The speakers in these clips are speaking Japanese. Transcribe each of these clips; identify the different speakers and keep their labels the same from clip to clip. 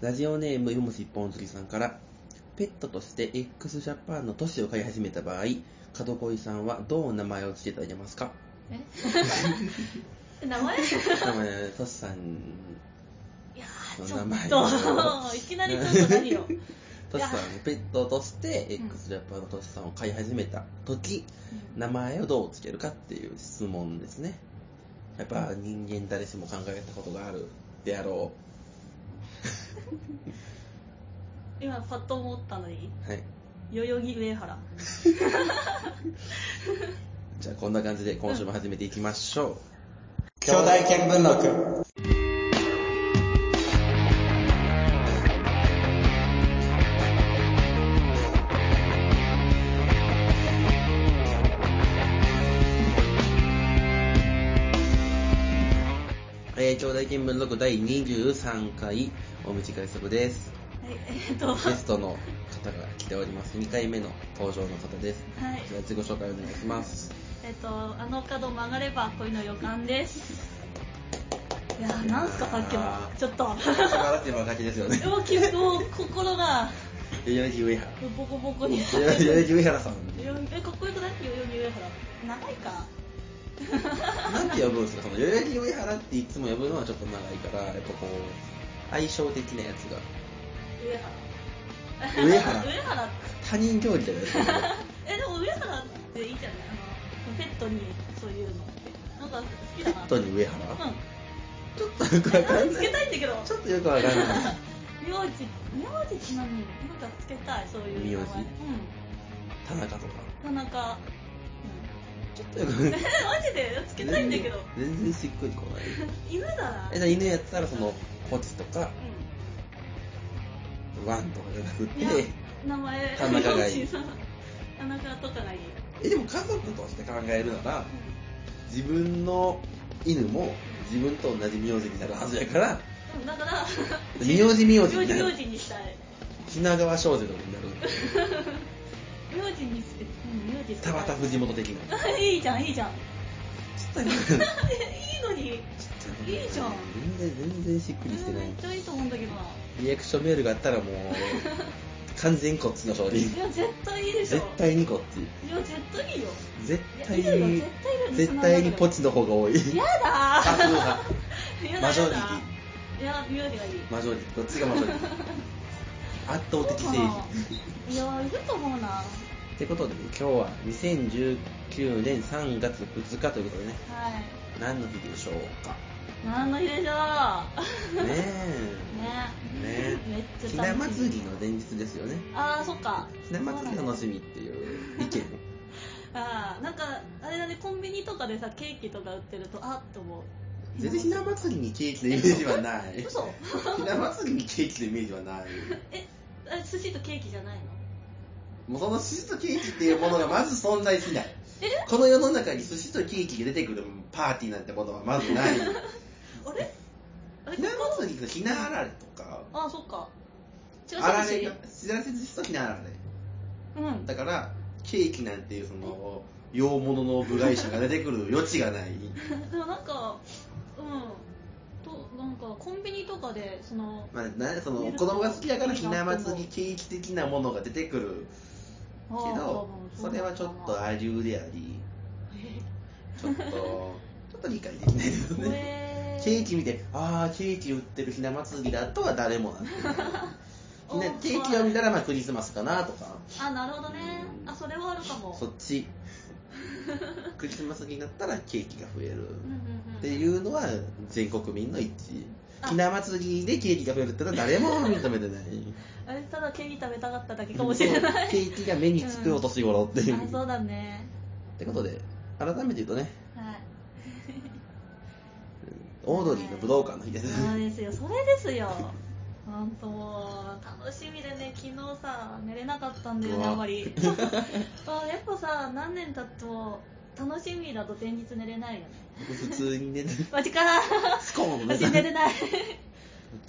Speaker 1: ラジオネームよもし一本釣りさんから、ペットとして x ジャパンの都市を飼い始めた場合、門恋さんはどう名前を付けてあげますか
Speaker 2: 名前い
Speaker 1: 名前、トシさん、
Speaker 2: や
Speaker 1: そ
Speaker 2: ー
Speaker 1: う
Speaker 2: ちょ
Speaker 1: 名前
Speaker 2: っといきなりちょっ と何よ
Speaker 1: トシさん、ペットとして x ジャパンのトシさんを飼い始めた時、名前をどう付けるかっていう質問ですね。やっぱ人間誰しも考えたことがあるであろ
Speaker 2: 今パッと思ったのに
Speaker 1: う。はい。
Speaker 2: 代々木上原
Speaker 1: じゃあこんな感じで今週も始めていきましょう。
Speaker 3: 兄弟見聞録。
Speaker 1: えー、兄弟見聞録第23回、お短い速です。
Speaker 2: はいえっと
Speaker 1: ゲストの方が来ております。2回目の登場の方です。
Speaker 2: はい
Speaker 1: じゃあ自己紹介お願いします。
Speaker 2: えっと、あの角曲がれば恋の予感です。いやー、なんすかさっきの
Speaker 1: あー、
Speaker 2: ちょっと。
Speaker 1: 素晴らしい若きですよね。
Speaker 2: もうきもう心が
Speaker 1: 代々木上原。
Speaker 2: ボコボコに。
Speaker 1: 代々木代々木上原さん。
Speaker 2: え、かっこよくない代々木上原。長い か。
Speaker 1: なんて呼ぶんですかその代々木上原っていつも呼ぶのはちょっと長いから、やっぱこう、相性的なやつが。
Speaker 2: 上原。
Speaker 1: 上原
Speaker 2: 上原って
Speaker 1: 他人行儀 じゃないですか。
Speaker 2: え、でも上原っていいじゃないあの、ペットにそういうのって。なんか好きだな。
Speaker 1: 本当に上原ちょっとよくわか
Speaker 2: うん。
Speaker 1: ん
Speaker 2: つ
Speaker 1: な
Speaker 2: け
Speaker 1: い。
Speaker 2: たいんだけど。
Speaker 1: ちょっとよくわかんない。
Speaker 2: 名字、名字ちなみに、なんかつけたい、そういう名前。
Speaker 1: 名字
Speaker 2: うん。
Speaker 1: 田中とか。
Speaker 2: 田中、
Speaker 1: ちょっとよくわかん
Speaker 2: え
Speaker 1: ない。
Speaker 2: マジでつけたいんだけど
Speaker 1: 全然しっくりこない。
Speaker 2: 犬だな
Speaker 1: え、じゃあ犬やったらその、ポチとか、
Speaker 2: う
Speaker 1: ワンとかじゃなく
Speaker 2: んいや
Speaker 1: て、
Speaker 2: 名前
Speaker 1: 田中がいい
Speaker 2: 名字な田中とかがいい、
Speaker 1: え、でも家族として考えるなら、自分の犬も自分と同じ名字になるはずやから、
Speaker 2: うん、だから
Speaker 1: 名字名字
Speaker 2: 名
Speaker 1: に
Speaker 2: 字
Speaker 1: な
Speaker 2: 名
Speaker 1: る。
Speaker 2: 字にしたい
Speaker 1: 品川少女とかになる。
Speaker 2: 名字にして、うん、名字した
Speaker 1: 田
Speaker 2: い
Speaker 1: 畑藤本的な。
Speaker 2: あ いいじゃんいいじゃんい
Speaker 1: ちょっとよくわかんない
Speaker 2: いのに
Speaker 1: い。
Speaker 2: いいじゃん
Speaker 1: 全然、全然しっくりして
Speaker 2: うん
Speaker 1: ない
Speaker 2: めっ。ちゃいいと思うんだけどな
Speaker 1: リアクションメールがあったらもう、完全こっちの勝利
Speaker 2: い。や絶対いいでしょ
Speaker 1: 絶対にこっち。
Speaker 2: いや絶対いいよ
Speaker 1: 絶対
Speaker 2: いやいい
Speaker 1: に
Speaker 2: よ絶対いいよ、
Speaker 1: 絶対にポチの方が多い。
Speaker 2: やだ
Speaker 1: 多数派
Speaker 2: ーやだ
Speaker 1: マジョリテ
Speaker 2: やだいや名字がいい
Speaker 1: マジョリティ。どっちがマジョリティ圧倒的正義。
Speaker 2: いやいると思うな
Speaker 1: ってことで、今日は2019年3月2日ということでね、
Speaker 2: はい
Speaker 1: 何の日でしょうか。
Speaker 2: 何の日でしょう
Speaker 1: ね
Speaker 2: ね
Speaker 1: え。ねえ。
Speaker 2: めっちゃ楽し
Speaker 1: ひな
Speaker 2: み
Speaker 1: 祭りの前日ですよね。
Speaker 2: ああそっか
Speaker 1: ひな祭り楽し
Speaker 2: み
Speaker 1: みっていう意見。
Speaker 2: ああなんかあれだねコンビニとかでさケーキとか売ってるとあっと思う
Speaker 1: 全然ひな祭りにケーキのイメージはない。
Speaker 2: 嘘
Speaker 1: ひな祭りにケーキのイメージはない。
Speaker 2: えあ寿司とケーキじゃないの
Speaker 1: もうその寿司とケーキっていうものがまず存在しない。
Speaker 2: え
Speaker 1: この世の中に寿司とケーキが出てくるパーティーなんてものはまずない。
Speaker 2: あれあれ
Speaker 1: ひな祭りのひなあられとか、
Speaker 2: ああそっかちら
Speaker 1: あら
Speaker 2: し
Speaker 1: れ
Speaker 2: 寿
Speaker 1: が、知らせ寿司とひなあられ。
Speaker 2: 司うん
Speaker 1: だから、ケーキなんていうその、洋物の部外者が出てくる余地がない。
Speaker 2: でもなんかうんとなんかコンビニとかでその
Speaker 1: まあ、なその子供が好きだからひな祭りケーキ的なものが出てくる
Speaker 2: け
Speaker 1: けど、それはちょっとアリューであり、ち ょっと、ちょっと理解できないですね。ケーキ見て、あー、ケーキ売ってるひな祭りだとは誰 もなってないひなケーキを見たらまあクリスマスかなとか、
Speaker 2: あなるほどねあそれはあるかも
Speaker 1: そっち。クリスマスになったらケーキが増える。
Speaker 2: うんうんうん
Speaker 1: っていうのは全国民の一致
Speaker 2: あ
Speaker 1: ひな祭りでケーキが増えるってのは誰も認めてない
Speaker 2: あれただケーキ食べたかっただけかもしれない
Speaker 1: ケーキが目につくお年頃っていう、
Speaker 2: あ
Speaker 1: っ
Speaker 2: そうだね
Speaker 1: てことで改めて言うとね
Speaker 2: はい
Speaker 1: オードリーの武道館の日です
Speaker 2: そうですよそれですよ本当もう楽しみでね昨日さ寝れなかったんだよね
Speaker 1: うわ
Speaker 2: あんま りあやっぱさ何年経っても楽しみだと前日寝れないよね
Speaker 1: 僕普通にね
Speaker 2: マジか
Speaker 1: スコーン
Speaker 2: 私寝れ
Speaker 1: ね
Speaker 2: ない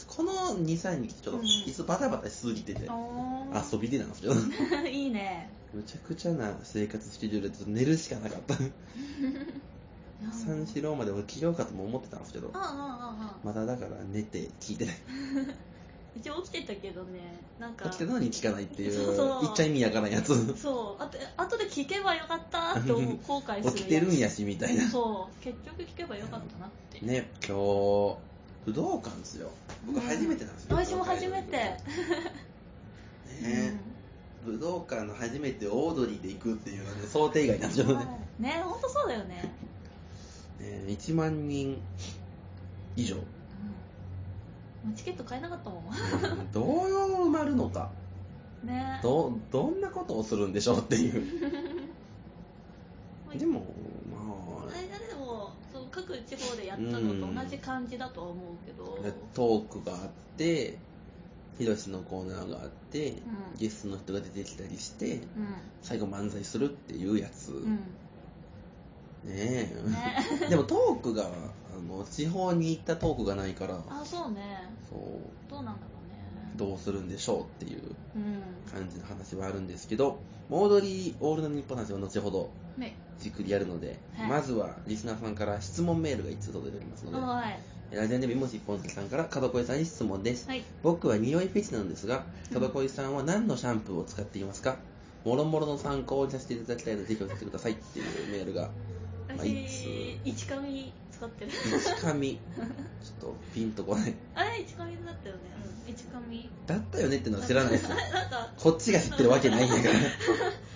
Speaker 1: この23日ちょっと椅子バタバタしすぎてて、
Speaker 2: お
Speaker 1: 遊びでなんですけど
Speaker 2: ー いいね
Speaker 1: むちゃくちゃな生活スケジュールでちょっと寝るしかなかった三四郎まで起きようかとも思ってたんですけど
Speaker 2: ああああああ
Speaker 1: まだだから寝て聞いてない
Speaker 2: 一応起きてたけどねなんか
Speaker 1: 起きてたのに聞かないっていう
Speaker 2: そうそう
Speaker 1: 言っちゃ意味わからんやつ
Speaker 2: そうあと後で聞けばよかったって思う後悔するやつ
Speaker 1: 起きてるんやしみたいな
Speaker 2: そう結局聞けばよかったなって、
Speaker 1: ね今日武道館ですよ僕初めてなんですよ、
Speaker 2: 私も初めて、
Speaker 1: ね武道館の初めてオードリーで行くっていうのはね想定外なんです
Speaker 2: うん
Speaker 1: よ
Speaker 2: は
Speaker 1: ね
Speaker 2: いね本当そうだよね、
Speaker 1: ね1万人以上
Speaker 2: うん、もうチケット買えなかったもん
Speaker 1: どう埋まるのか
Speaker 2: ね
Speaker 1: どどんなことをするんでしょうっていう でもま
Speaker 2: あ
Speaker 1: あ
Speaker 2: れがでもそう各地方でやったのと同じ感じだとは思うけど、
Speaker 1: トークがあってヒロシのコーナーがあって、
Speaker 2: ん
Speaker 1: ゲストの人が出てきたりして
Speaker 2: うん
Speaker 1: 最後漫才するっていうやつ、
Speaker 2: うん
Speaker 1: ねえ
Speaker 2: ね
Speaker 1: でもトークがあの地方に行ったトークがないから
Speaker 2: あそうね
Speaker 1: そう
Speaker 2: どうなんだろうね
Speaker 1: どうするんでしょうっていう
Speaker 2: うん
Speaker 1: 感じの話はあるんですけどオードリーオールナイトニッポンの話は後ほど
Speaker 2: ね
Speaker 1: じっくりやるので、
Speaker 2: はい
Speaker 1: まずはリスナーさんから質問メールが一通届いておりますので、
Speaker 2: はい
Speaker 1: ラジオネームもしポンセさんから角恋さんに質問です、
Speaker 2: はい
Speaker 1: 僕は匂いフェチなんですが角恋さんは何のシャンプーを使っていますかもろもろの参考にさせていただきたいのでぜひ教えてくださいっていうメールがまあい
Speaker 2: 私一紙使ってる
Speaker 1: 一紙ちょっとピンとこない
Speaker 2: あれ一紙だったよねうん一紙
Speaker 1: だったよねってのは知らないですよ
Speaker 2: あれ なんか
Speaker 1: こっちが知ってるわけないんだか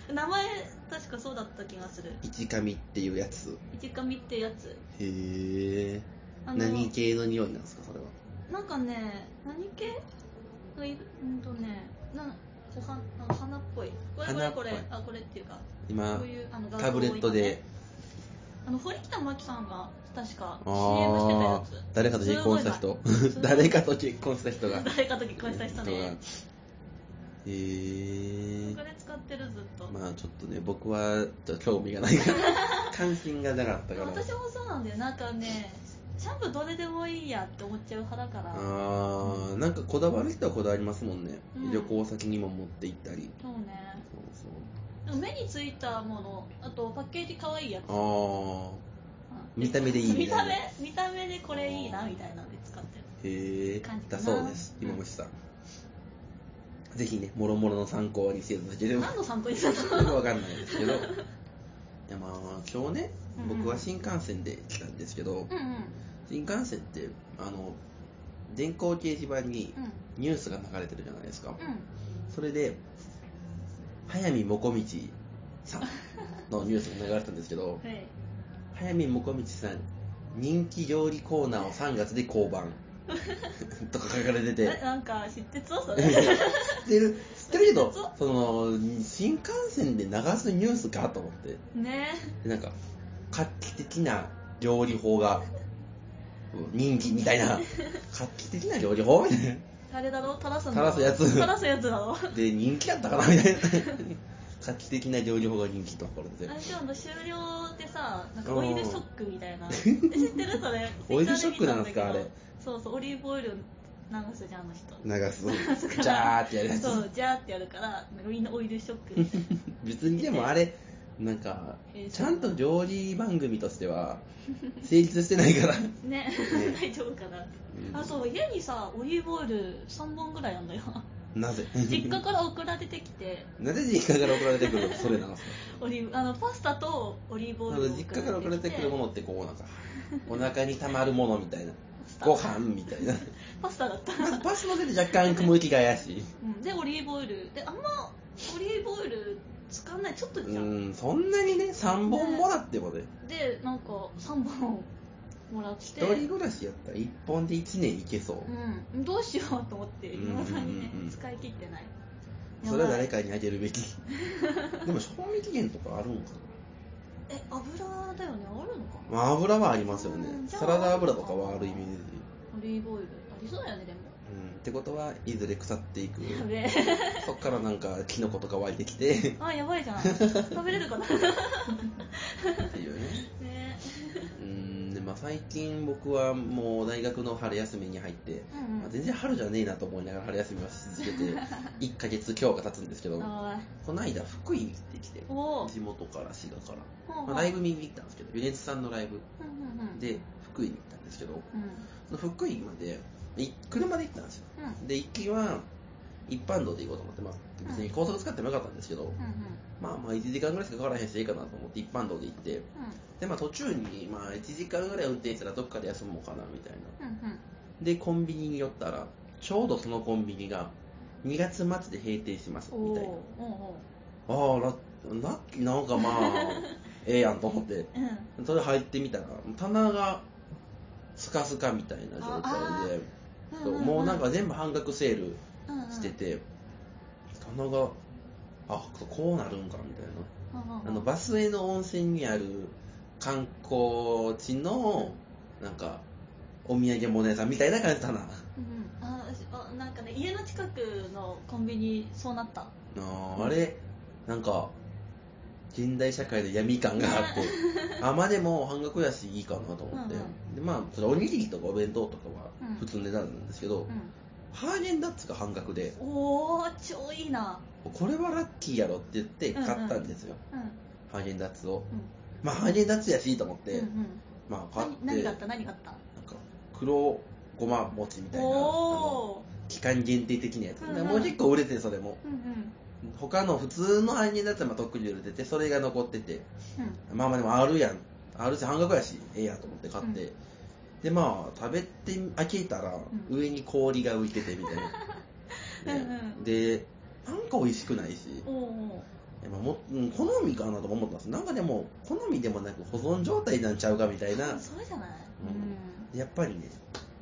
Speaker 1: ら
Speaker 2: 名前確かそうだった気がする
Speaker 1: 一紙っていうやつ
Speaker 2: 一紙ってやつ
Speaker 1: へえ
Speaker 2: あの
Speaker 1: 何系の匂いなんですかそれは
Speaker 2: なんかね何系ううんとねなおはなんか花っぽいこれこれこれ
Speaker 1: 花っぽ
Speaker 2: あこれっていうか
Speaker 1: 今
Speaker 2: こういうあの画像
Speaker 1: タブレットで
Speaker 2: あの堀北真希さんが確か CM してた
Speaker 1: あ
Speaker 2: や
Speaker 1: あ
Speaker 2: つ
Speaker 1: 誰かと結婚した人
Speaker 2: すごいな
Speaker 1: 誰かと結婚した人が
Speaker 2: 誰かと結婚した人
Speaker 1: が
Speaker 2: ね
Speaker 1: へえ
Speaker 2: これ使ってるずっと、
Speaker 1: まあちょっとね僕はちょっと興味がないから 関心がなかったから
Speaker 2: 私もそうなんだよなんかねシャンプーどれでもいいやって思っちゃう派だから
Speaker 1: ああなんかこだわる人はこだわりますもんね、
Speaker 2: うん
Speaker 1: 旅行先にも持って行ったり
Speaker 2: そうね
Speaker 1: そうそう
Speaker 2: でも目についたものあとパッケージ可愛いやつ
Speaker 1: あ
Speaker 2: うん
Speaker 1: 見た目でいいみ
Speaker 2: 見
Speaker 1: た
Speaker 2: た
Speaker 1: い
Speaker 2: 目
Speaker 1: な
Speaker 2: 見た目でこれいいなみたいなので使ってる
Speaker 1: あへえ
Speaker 2: 感じか
Speaker 1: だ
Speaker 2: な
Speaker 1: そうです今もしさんぜひねもろもろの参考にしていただければ
Speaker 2: 何の参考にしたの
Speaker 1: よくわかんないですけどいやまあ今日ね
Speaker 2: うんうん
Speaker 1: 僕は新幹線で来たんですけど、
Speaker 2: うんうんうん
Speaker 1: 新幹線ってあの電光掲示板にニュースが流れてるじゃないですか、
Speaker 2: う
Speaker 1: それで速水もこみちさんのニュースが流れてたんですけど
Speaker 2: んはい
Speaker 1: 速水もこみちさん人気料理コーナーを3月で降板とか書かれて
Speaker 2: え
Speaker 1: て
Speaker 2: なんか知ってそうそ
Speaker 1: 知
Speaker 2: れ
Speaker 1: ってる知ってるけど
Speaker 2: 嘘
Speaker 1: その新幹線で流すニュースかと思って
Speaker 2: ね
Speaker 1: でなんか画期的な料理法がうん人気みたいな画期的な料理法みたいな
Speaker 2: あれだろ垂らすの
Speaker 1: 垂らすやつ
Speaker 2: 垂らすやつだろ
Speaker 1: で人気だったかなみたいな画期的な料理法が人気ところで
Speaker 2: 最初あの終了でさなんか
Speaker 1: うん
Speaker 2: オイルショックみ たいなえ知ってるそれ
Speaker 1: オイルショックなんすか
Speaker 2: Twitter
Speaker 1: あれ
Speaker 2: 見ただけどそうそうオリーブオイル流すじゃんあの人
Speaker 1: 流す
Speaker 2: だから
Speaker 1: ジャーってやるや
Speaker 2: そ
Speaker 1: つ
Speaker 2: うジャーってやるからなんかみんなオイルショックみたいな
Speaker 1: 別にでもあれなんか
Speaker 2: えー
Speaker 1: ちゃんと料理番組としては成立してないから
Speaker 2: ね
Speaker 1: ね
Speaker 2: 大丈夫かな
Speaker 1: うん
Speaker 2: あと家にさオリーブオイル3本ぐらいあ んだよ
Speaker 1: なぜ
Speaker 2: 実家から送られてきて
Speaker 1: なぜ実家から送られてくるのそれなんですか
Speaker 2: オリーブあのパスタとオリーブオイ
Speaker 1: な
Speaker 2: ル
Speaker 1: ん
Speaker 2: を
Speaker 1: か実家から送られてくるも
Speaker 2: の
Speaker 1: のってこうなんかお腹にたまるものみたいなご飯みたいな
Speaker 2: パスタだった、
Speaker 1: パスのせで若干雲行きが怪しい
Speaker 2: うん、でオリーブオイルであんまオリーブオイル使わないちょっと
Speaker 1: う
Speaker 2: じゃん、
Speaker 1: んそんなにね3本もらってもね
Speaker 2: でなんか3本もらって
Speaker 1: 一人暮らしやったら1本で1年いけそう
Speaker 2: うん、どうしようと思っていまだにね
Speaker 1: うんうんうんうん
Speaker 2: 使い切ってない
Speaker 1: それは
Speaker 2: やば
Speaker 1: 誰
Speaker 2: い
Speaker 1: かにあげる べきでも賞味期限とかあるんか
Speaker 2: え油だよねあるのか
Speaker 1: な、まあ、油はありますよね
Speaker 2: うんじゃあ
Speaker 1: サラダ油とかはあるイメージ、
Speaker 2: オリーブオイルありそうだよねでも
Speaker 1: うん、ってことはいずれ腐っていく
Speaker 2: やべえ
Speaker 1: そっからなんかキノコとか湧いてきてっ
Speaker 2: あやばい じゃん食べれるかな
Speaker 1: ていうね
Speaker 2: ね
Speaker 1: うんで、まあ、最近僕はもう大学の春休みに入って、
Speaker 2: うんうん
Speaker 1: まあ全然春じゃねえなと思いながら春休みはし続けて 1ヶ月今日が経つんですけど
Speaker 2: あ
Speaker 1: この間福井に行ってきて
Speaker 2: ーおお
Speaker 1: 地元から滋賀から、
Speaker 2: ほうほう
Speaker 1: まあ、ライブ見に行ったんですけど米津さんのライブ
Speaker 2: うんうんうん
Speaker 1: で福井に行ったんですけど
Speaker 2: うん
Speaker 1: その福井までい車で行ったんですよ、
Speaker 2: うん
Speaker 1: で一軒は一般道で行こうと思ってます別に高速使ってもよかったんですけど、
Speaker 2: うん
Speaker 1: まあまあ1時間ぐらいしか変わらへんしいいかなと思って一般道で行って
Speaker 2: う
Speaker 1: でまあ途中にまあ1時間ぐらい運転したらどっかで休もうかなみたいなん
Speaker 2: うんうん
Speaker 1: でコンビニに寄ったらちょうどそのコンビニが2月末で閉店します
Speaker 2: お
Speaker 1: み
Speaker 2: ー
Speaker 1: たいな
Speaker 2: お
Speaker 1: ああラッラッキーなんかまあええやんと思って
Speaker 2: ーおーうん
Speaker 1: それ入ってみたら棚がスカスカみたいな状態で
Speaker 2: うう
Speaker 1: もうなんか全部半額セール
Speaker 2: うんうん
Speaker 1: してて、棚があこうなるんかみたいな
Speaker 2: うんうんうん
Speaker 1: あのバスへの温泉にある観光地のなんかお土産物屋さんみたいな感じだな
Speaker 2: うんあ私あなんかね家の近くのコンビニそうなった
Speaker 1: あーあれなんか現代社会の闇感があ ってあまあでも半額やしいいかなと思って
Speaker 2: うん
Speaker 1: でまあそれおにぎりとかお弁当とか
Speaker 2: う
Speaker 1: は
Speaker 2: ん
Speaker 1: 普通の値段なんですけど、
Speaker 2: う
Speaker 1: ハーゲンダッツが半額で
Speaker 2: んおお超いいな
Speaker 1: これはラッキーやろって言って買ったんですよ、
Speaker 2: うん
Speaker 1: ハーゲンダッツを
Speaker 2: う
Speaker 1: まあハーゲンダッツやしと思っ
Speaker 2: ん
Speaker 1: て、
Speaker 2: うんうん
Speaker 1: まあ買って
Speaker 2: 何何があった何があった
Speaker 1: なんか黒ごま餅みたいなあの
Speaker 2: おお
Speaker 1: 期間限定的なやつ、
Speaker 2: うんうん
Speaker 1: もう結構売れてそれも
Speaker 2: うんうん
Speaker 1: 他の普通のハイネンだったらまあとっくに売れててそれが残ってて
Speaker 2: うん
Speaker 1: まあまあでもあるやんあるし半額やしええやんと思って買って、でまあ食べて開けたら
Speaker 2: うん
Speaker 1: 上に氷が浮いててみたいな、
Speaker 2: うんうん
Speaker 1: ででなんか美味しくないし
Speaker 2: おお
Speaker 1: えまあもうん好みかなとも思ったんですなんかでも好みでもなく保存状態なんちゃうかみたいな
Speaker 2: それじゃない
Speaker 1: うん
Speaker 2: うん
Speaker 1: やっぱりね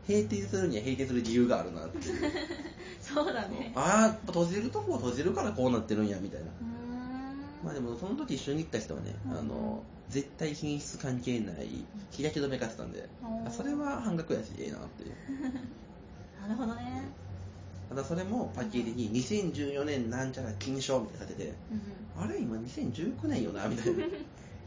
Speaker 1: 閉店するには閉店する理由があるなって
Speaker 2: そうだね
Speaker 1: ああ閉じるとこは閉じるからこうなってるんやみたいな
Speaker 2: うーん
Speaker 1: まあでもその時一緒に行った人はね、
Speaker 2: うん
Speaker 1: あの絶対品質関係ない日焼け止め買ってたんで、
Speaker 2: おー
Speaker 1: あそれは半額やしええなっていう
Speaker 2: なるほどね
Speaker 1: ただそれもパッケージに2014年なんちゃら金賞みたいなの書いてて
Speaker 2: うん
Speaker 1: あれ今2019年よなみた いな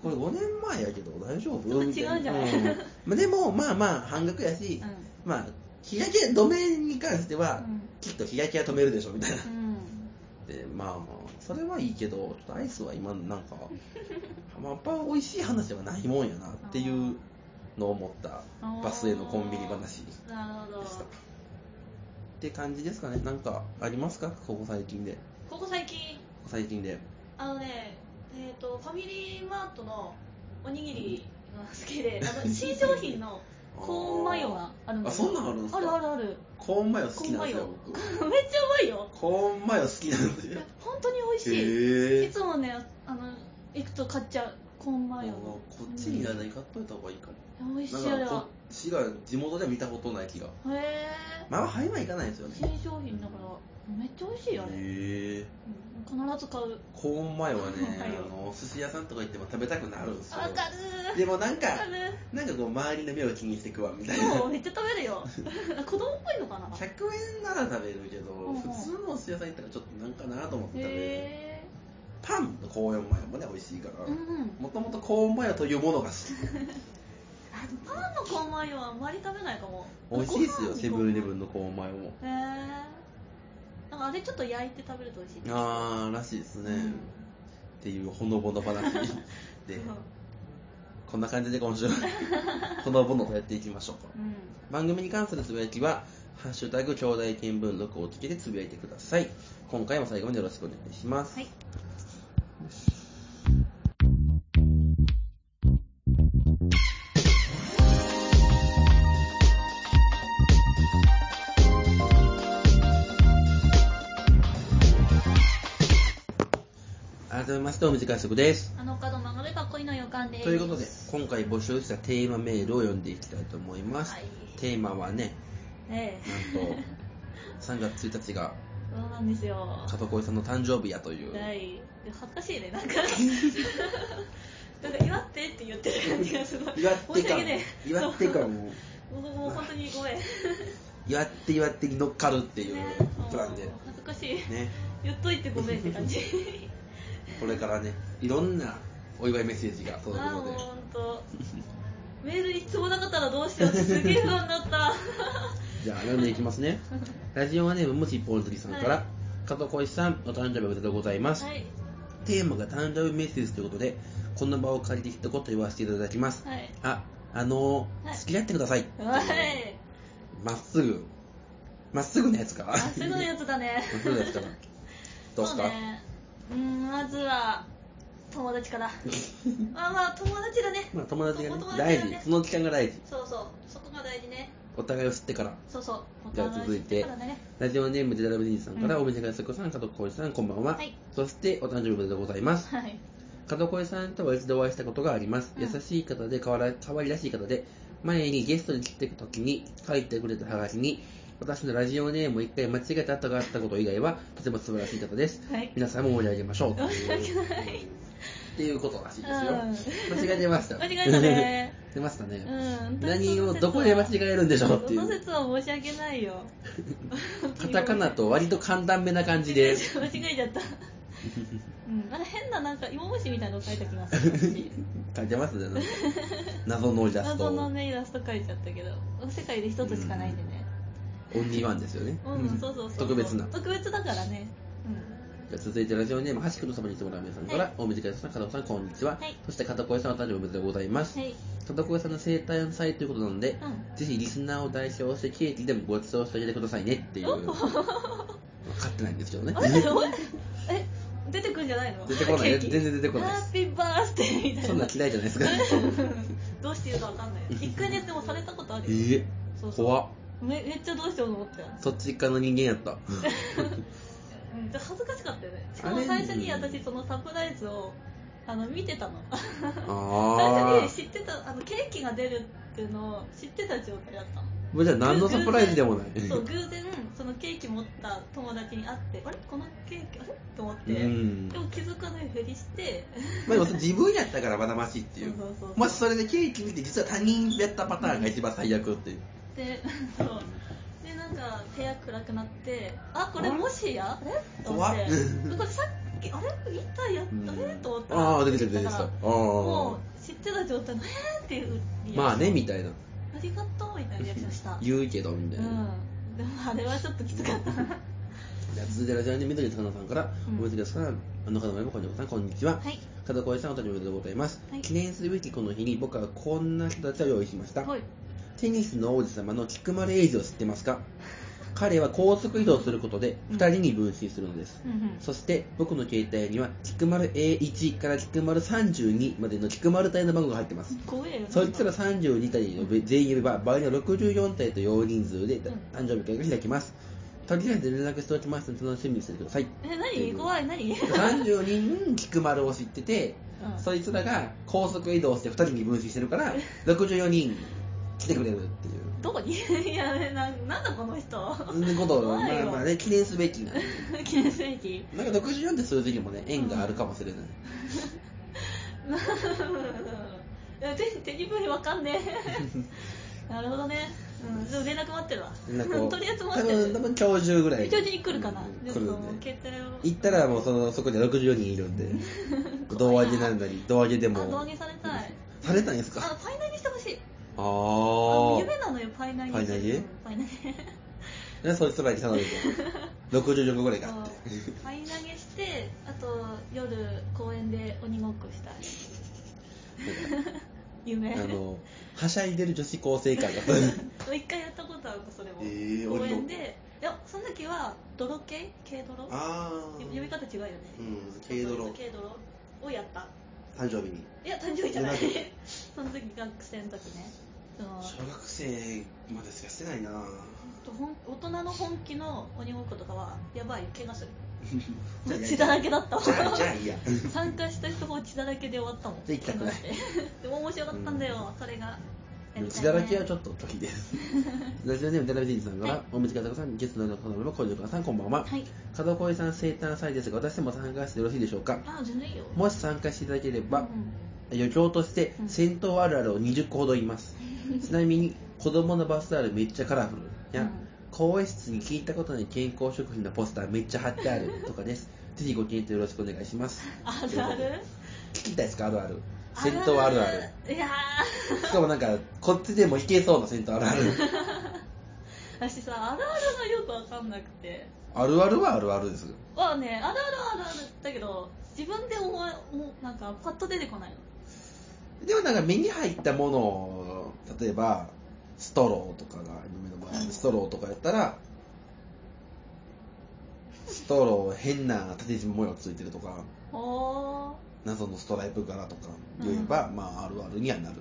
Speaker 1: これ5年前やけど大丈夫
Speaker 2: ちょっと違うんじゃない
Speaker 1: みたなうんまあでもまあまあ半額やし、
Speaker 2: うん
Speaker 1: まあ日焼け止めに関しては、
Speaker 2: うん
Speaker 1: きっと日焼けは止めるでしょみたいな
Speaker 2: うん
Speaker 1: でまあまあそれはいいけどちょっとアイスは今なんかまあやっぱ美味しい話ではないもんやなっていうのを思った
Speaker 2: あー
Speaker 1: バスへのコンビニ話っ
Speaker 2: なるほど
Speaker 1: て感じですかねなんかありますかここ最近でこ
Speaker 2: ここ最近
Speaker 1: こ最近で
Speaker 2: あのね、えー、とファミリーマートのおにぎりが好きで、あの新商品のコーンマヨがあるんだけど
Speaker 1: あそんなんあるんですか
Speaker 2: あるあるある
Speaker 1: コーンマヨ好きなんですよ
Speaker 2: コ
Speaker 1: 僕
Speaker 2: めっちゃうまいよ
Speaker 1: コーンマヨ好きなんです
Speaker 2: い
Speaker 1: よ
Speaker 2: や本当に美味しい、
Speaker 1: へ
Speaker 2: いつもねあの行くと買っちゃうコーンマヨの
Speaker 1: こっちにいらない買っといた方がいいかも
Speaker 2: 美味しいあ
Speaker 1: な
Speaker 2: れ
Speaker 1: んかこ
Speaker 2: は
Speaker 1: っちが地元では見たことない気が
Speaker 2: へえ
Speaker 1: まあはいは行かないですよね
Speaker 2: 新商品だからめっちゃ美味しいよあれ、
Speaker 1: へえ
Speaker 2: うん必ず買うわ
Speaker 1: コーンマヨはね
Speaker 2: コーンマヨ
Speaker 1: あの寿司屋さんとか行っても食べたくなるんですよ
Speaker 2: かる
Speaker 1: でもなんか
Speaker 2: わかる
Speaker 1: なんかこう周りの目を気にして食わんみたいな
Speaker 2: そうめっちゃ食 べるよ子供っぽいのかな
Speaker 1: 100円なら食べるけど、
Speaker 2: うんうん
Speaker 1: 普通のお寿司屋さん行ったらちょっとなんかなと思って食べる、
Speaker 2: へえ
Speaker 1: パンのコーンマヨもね美味しいから
Speaker 2: うんうん
Speaker 1: もともとコーンマヨというものが好き
Speaker 2: あでもパンのコーンマヨはあんまり食べないかも
Speaker 1: 美味しいですよセブンイレブ
Speaker 2: ン
Speaker 1: ンのコーンマヨも
Speaker 2: へえなんかあれちょっと焼いて食べると美味しい
Speaker 1: あーらしいですね、
Speaker 2: うん
Speaker 1: っていうほのぼの 話で
Speaker 2: うん
Speaker 1: こんな感じで今 週ほのぼのとやっていきましょうか
Speaker 2: うん
Speaker 1: 番組に関するつぶやきは「ハッシュタグ兄弟見聞録」をつけてつぶやいてください今回も最後までよろしくお願いします、
Speaker 2: はい
Speaker 1: 改めましてお短い食です、
Speaker 2: あの角曲がれば恋の予感です
Speaker 1: ということで今回募集したテーマメールを読んでいきたいと思います、
Speaker 2: はい
Speaker 1: テーマはね
Speaker 2: え
Speaker 1: なん と3月1日が
Speaker 2: えそうなんですよ
Speaker 1: 加藤浩次さんの誕生日やという
Speaker 2: はいで恥ずかしいねなんかなんか祝ってって言ってる感じがすごい
Speaker 1: 祝って
Speaker 2: 申し
Speaker 1: か
Speaker 2: 訳ねえ
Speaker 1: 祝ってかもう
Speaker 2: そうもうもう本当に ごめん
Speaker 1: 祝って祝って乗っかるっていう
Speaker 2: ね
Speaker 1: プランで
Speaker 2: もう恥ずかしい
Speaker 1: ね
Speaker 2: 言っといてごめんって感じ
Speaker 1: これからねいろんなお祝いメッセージが届く
Speaker 2: あもう
Speaker 1: ので
Speaker 2: 本当。メール一つもなかったらどうしようってすげえ不安だった。
Speaker 1: じゃあ読んでいきますねラジオネームむしぽんずりさんから、
Speaker 2: はい
Speaker 1: 加藤浩次さんお誕生日おめでとうございます、
Speaker 2: はい。
Speaker 1: テーマが誕生日メッセージということでこの場を借りて一言言わせていただきます、
Speaker 2: はい。
Speaker 1: ああのー
Speaker 2: はい
Speaker 1: 付き合ってください
Speaker 2: はい。
Speaker 1: まっすぐまっすぐのやつか
Speaker 2: まっ すぐのやつだね
Speaker 1: まっすぐのやつかなどうすか
Speaker 2: そうねうんまずは友 達からまあまあ友達だね
Speaker 1: まあ友達がね
Speaker 2: お友達
Speaker 1: 大
Speaker 2: だ
Speaker 1: 事その期間が大事
Speaker 2: そうそうそこが大事ね
Speaker 1: お互いを知ってから
Speaker 2: そうそうお
Speaker 1: じゃあ
Speaker 2: 互い
Speaker 1: 続いて
Speaker 2: 知ってからだね
Speaker 1: ラジオネームデダラブ兄さんから、
Speaker 2: うん
Speaker 1: お店がすこさん加藤浩次さんこんばんは、
Speaker 2: はい
Speaker 1: そしてお誕生日おめでとうございます
Speaker 2: はい
Speaker 1: 加藤浩次さんとは一度お会いしたことがあります、
Speaker 2: うん
Speaker 1: 優しい方で可わら可愛らしい方で前にゲストに来てた時に書いてくれたハガキに私のラジオネームを一回間違えた後があったこと以外はとても素晴らしい方です
Speaker 2: はい
Speaker 1: 皆さんも盛り上げましょうって
Speaker 2: 申し
Speaker 1: い
Speaker 2: 訳
Speaker 1: う
Speaker 2: ない
Speaker 1: っていうことらしいですよ、間違えてました
Speaker 2: 間違えたね
Speaker 1: 出ました
Speaker 2: う
Speaker 1: ね、
Speaker 2: ん
Speaker 1: 何をどこで間違える んでしょうって
Speaker 2: そ
Speaker 1: い
Speaker 2: の
Speaker 1: う
Speaker 2: 説は申し訳ないよ
Speaker 1: カタカナと割と簡単めな感じで
Speaker 2: 間違えちゃったうんなんか変ななんか芋虫みたいなの書いた気がす るし
Speaker 1: 書いてますね なんか謎のイラスト
Speaker 2: 謎の
Speaker 1: オン
Speaker 2: ねイラスト書いちゃったけど世界で一つしかないんでね
Speaker 1: リーワンですよね、
Speaker 2: うん、そうそうそう
Speaker 1: 特別な
Speaker 2: 特別だからね
Speaker 1: じゃあ続いてラジオネーム橋黒様にいつもらう皆さんから、
Speaker 2: はい
Speaker 1: 大水会さん加藤さんこんにちは、
Speaker 2: はい
Speaker 1: そして片越さんお誕生日おめでとうございます、
Speaker 2: うんはい
Speaker 1: 加藤越さんの生誕祭ということなので、
Speaker 2: う
Speaker 1: ぜひリスナーを代表してケーキでもご馳走してあげてくださいねっていう分かってないんですけどね
Speaker 2: んあれえ出てくんじゃないの
Speaker 1: 出てこない
Speaker 2: ケーキ
Speaker 1: 全然出てこないで
Speaker 2: ハ
Speaker 1: す
Speaker 2: ッピーバースデーみたいな
Speaker 1: そんなん嫌いじゃないですか
Speaker 2: どうして言うかわかんない一回ねでもされたことあ
Speaker 1: え
Speaker 2: るよ
Speaker 1: ー、
Speaker 2: そうそう
Speaker 1: 怖っ
Speaker 2: めめっちゃどうしようと思ったよ、
Speaker 1: そっち側の人間やった
Speaker 2: うん、ちょっと恥ずかしかったよねしか
Speaker 1: あ
Speaker 2: も
Speaker 1: れ
Speaker 2: 最初に私そのサプライズをあの見てたの最
Speaker 1: ああ
Speaker 2: 初に知ってたあのケーキが出るっていうのを知ってた状態だったの
Speaker 1: もうじゃあ何のサプライズでもない
Speaker 2: そう偶然そのケーキ持った友達に会ってあれこのケーキあれと思って、
Speaker 1: うん
Speaker 2: でも気づかないふりして
Speaker 1: まあでもそれ自分やったからまだましっていう
Speaker 2: そうそうそう
Speaker 1: もしそれでケーキ見て実は他人やったパターンが一番最悪っていう
Speaker 2: でそうでなんか部屋暗くなってあこれもしやあれと思
Speaker 1: 怖
Speaker 2: っ
Speaker 1: って
Speaker 2: これさっきあれ一体やったねと思ったら
Speaker 1: ああー出てきた出てきた
Speaker 2: だ
Speaker 1: あ
Speaker 2: からも
Speaker 1: あ
Speaker 2: う知ってた状態のえーっていうリアクション
Speaker 1: まあねみたいな
Speaker 2: ありがとうみたいなリアクションした
Speaker 1: 言うけどみ
Speaker 2: う
Speaker 1: た
Speaker 2: ん
Speaker 1: いな、
Speaker 2: でもあれはちょっときつかったな
Speaker 1: じゃあ続いてラジオネーム緑の花さんから、
Speaker 2: うん
Speaker 1: おめでとうさんあの方もこんにちはこんにちは、
Speaker 2: はい
Speaker 1: 片越さんお誕生日おめでとうございます、
Speaker 2: はい
Speaker 1: 記念すべきこの日に僕はこんな人たちを用意しました、
Speaker 2: はい
Speaker 1: テニスの王子様の菊丸英二を知ってますか彼は高速移動することで
Speaker 2: うん
Speaker 1: 2人に分身するのです、
Speaker 2: うんうん
Speaker 1: そして僕の携帯には菊丸 A1 から菊丸32までの菊丸隊の番号が入ってます、
Speaker 2: 怖えよ
Speaker 1: そいつら32体の全員呼べば場合には64体と容人数で
Speaker 2: ん
Speaker 1: 誕生日会が開きます、とりあえず連絡しておきますので楽しみにしててください
Speaker 2: え何怖い何
Speaker 1: 34人菊丸を知ってて、
Speaker 2: うん
Speaker 1: そいつらが高速移動して2人に分身してるから64人来てくれるっていう
Speaker 2: どこにいやななんだこの人
Speaker 1: ことを
Speaker 2: 怖い
Speaker 1: まあ
Speaker 2: よ
Speaker 1: まあね記念すべきな
Speaker 2: 記念すべ き
Speaker 1: なんか64って数字にもね縁があるかもしれない、
Speaker 2: いや手手に振りわかんね えなるほどね、うん、でも連絡待ってるわ
Speaker 1: なん かこう
Speaker 2: とりあえず待
Speaker 1: 多
Speaker 2: って
Speaker 1: 分多
Speaker 2: る
Speaker 1: 分今日中ぐらい
Speaker 2: 一応に来るかな、
Speaker 1: うん
Speaker 2: で
Speaker 1: 来る
Speaker 2: も
Speaker 1: んで
Speaker 2: 携帯を
Speaker 1: 行ったらもうそのそこには64人いる んで胴上げなんだり胴上げで
Speaker 2: あ胴
Speaker 1: も
Speaker 2: 上げされたい
Speaker 1: されたんです
Speaker 2: あ
Speaker 1: か
Speaker 2: パイ投げしてほしい
Speaker 1: あ
Speaker 2: あの
Speaker 1: ー
Speaker 2: 夢なのよパイ投げ
Speaker 1: パイ投げ
Speaker 2: うんパ イ投げ
Speaker 1: ねそいつらに頼むと 64個ぐらいがあって
Speaker 2: そうパイ投げしてあと夜公園で鬼ごっこしたい夢
Speaker 1: あのはしゃいでる女子高生会が
Speaker 2: 一回やったことあるのそれも、
Speaker 1: えー
Speaker 2: 公
Speaker 1: 鬼ごっこ
Speaker 2: 園でいやその時は泥系軽泥
Speaker 1: あ
Speaker 2: 呼び方違うよね、
Speaker 1: うん軽泥
Speaker 2: 軽泥をやった
Speaker 1: 誕生日に
Speaker 2: いや誕生日じゃない
Speaker 1: 同じ
Speaker 2: その時学生の時ねその
Speaker 1: 小学生までしかしてない な
Speaker 2: ほんとほん大人の本気の鬼ごっことかはやばいよ怪我する
Speaker 1: じゃあ
Speaker 2: 血だらけだったわ
Speaker 1: じゃあじゃあいいや
Speaker 2: 参加した人も血だらけで終わったもん
Speaker 1: で行きたくない
Speaker 2: 怪我してで も面白かったんだよ、それが
Speaker 1: 血だらけはち
Speaker 2: ょっ
Speaker 1: ょっと時です ラジオネームデラビジンさんから、
Speaker 2: はい
Speaker 1: おみつかたこさんゲストのこのもこんにちはさんこんばんは、
Speaker 2: はい
Speaker 1: 門越さん生誕祭ですが私でも参加してよろしいでしょうか
Speaker 2: あ全然いいよ
Speaker 1: もし参加していただければ、
Speaker 2: うん
Speaker 1: 余興として
Speaker 2: うん
Speaker 1: 戦闘あるあるを20個ほど言います ちなみに子供のバスタオルめっちゃカラフルや、
Speaker 2: うん
Speaker 1: 更衣室に聞いたことない健康食品のポスターめっちゃ貼ってあるとかです ぜひご検討よろしくお願いします
Speaker 2: あるある
Speaker 1: 聞きたいですかあるある戦闘あるある
Speaker 2: いやー
Speaker 1: しかもなんかこっちでもいけそうな戦闘あるあ る
Speaker 2: 私さあるあるがよくわかんなくて
Speaker 1: あるあるはあるあるです
Speaker 2: まあねあるあるあるあるだけど自分で思い思うなんかパッと出てこないの
Speaker 1: でもなんか目に入ったものを例えばストローとかが目の前にストローとかやったらストロー変な縦じみ模様ついてるとか
Speaker 2: おー
Speaker 1: 謎のストライプ柄とか言えば、まああるあるにはなる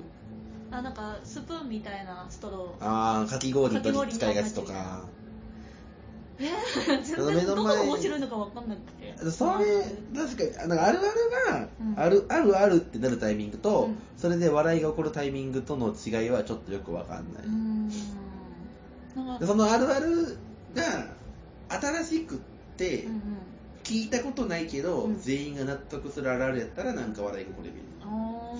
Speaker 2: あなんかスプーンみたいなストロー
Speaker 1: ああかき氷の時に使いがちとか
Speaker 2: えー 全然どこが面白いのか分かんなくて
Speaker 1: それ確かになんかあるあるが、
Speaker 2: うん
Speaker 1: あるあるあるってなるタイミングと、
Speaker 2: うん
Speaker 1: それで笑いが起こるタイミングとの違いはちょっとよくわかんな
Speaker 2: う
Speaker 1: い、
Speaker 2: ーんなん
Speaker 1: で
Speaker 2: か
Speaker 1: そのあるあるが新しくって、
Speaker 2: うんうん
Speaker 1: 聞いたことないけど、
Speaker 2: うん
Speaker 1: 全員が納得するあるあるやったらなんか笑いが起これる
Speaker 2: あ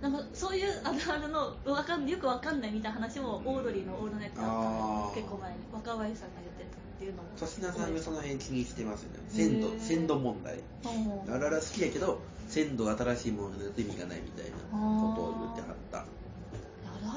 Speaker 2: ーなんかそういうあるあるのわかんよくわかんないみたいな話もオードリーの「オールナイトダウンタウン」
Speaker 1: あー
Speaker 2: 結構前に若林さんが言ってたっていうのも
Speaker 1: 粗品さんがその辺気にしてますよね
Speaker 2: へー
Speaker 1: 鮮度鮮度問題
Speaker 2: ほう
Speaker 1: あらら好きやけど鮮度が新しいものになって意味がないみたいなことを言ってはった
Speaker 2: ある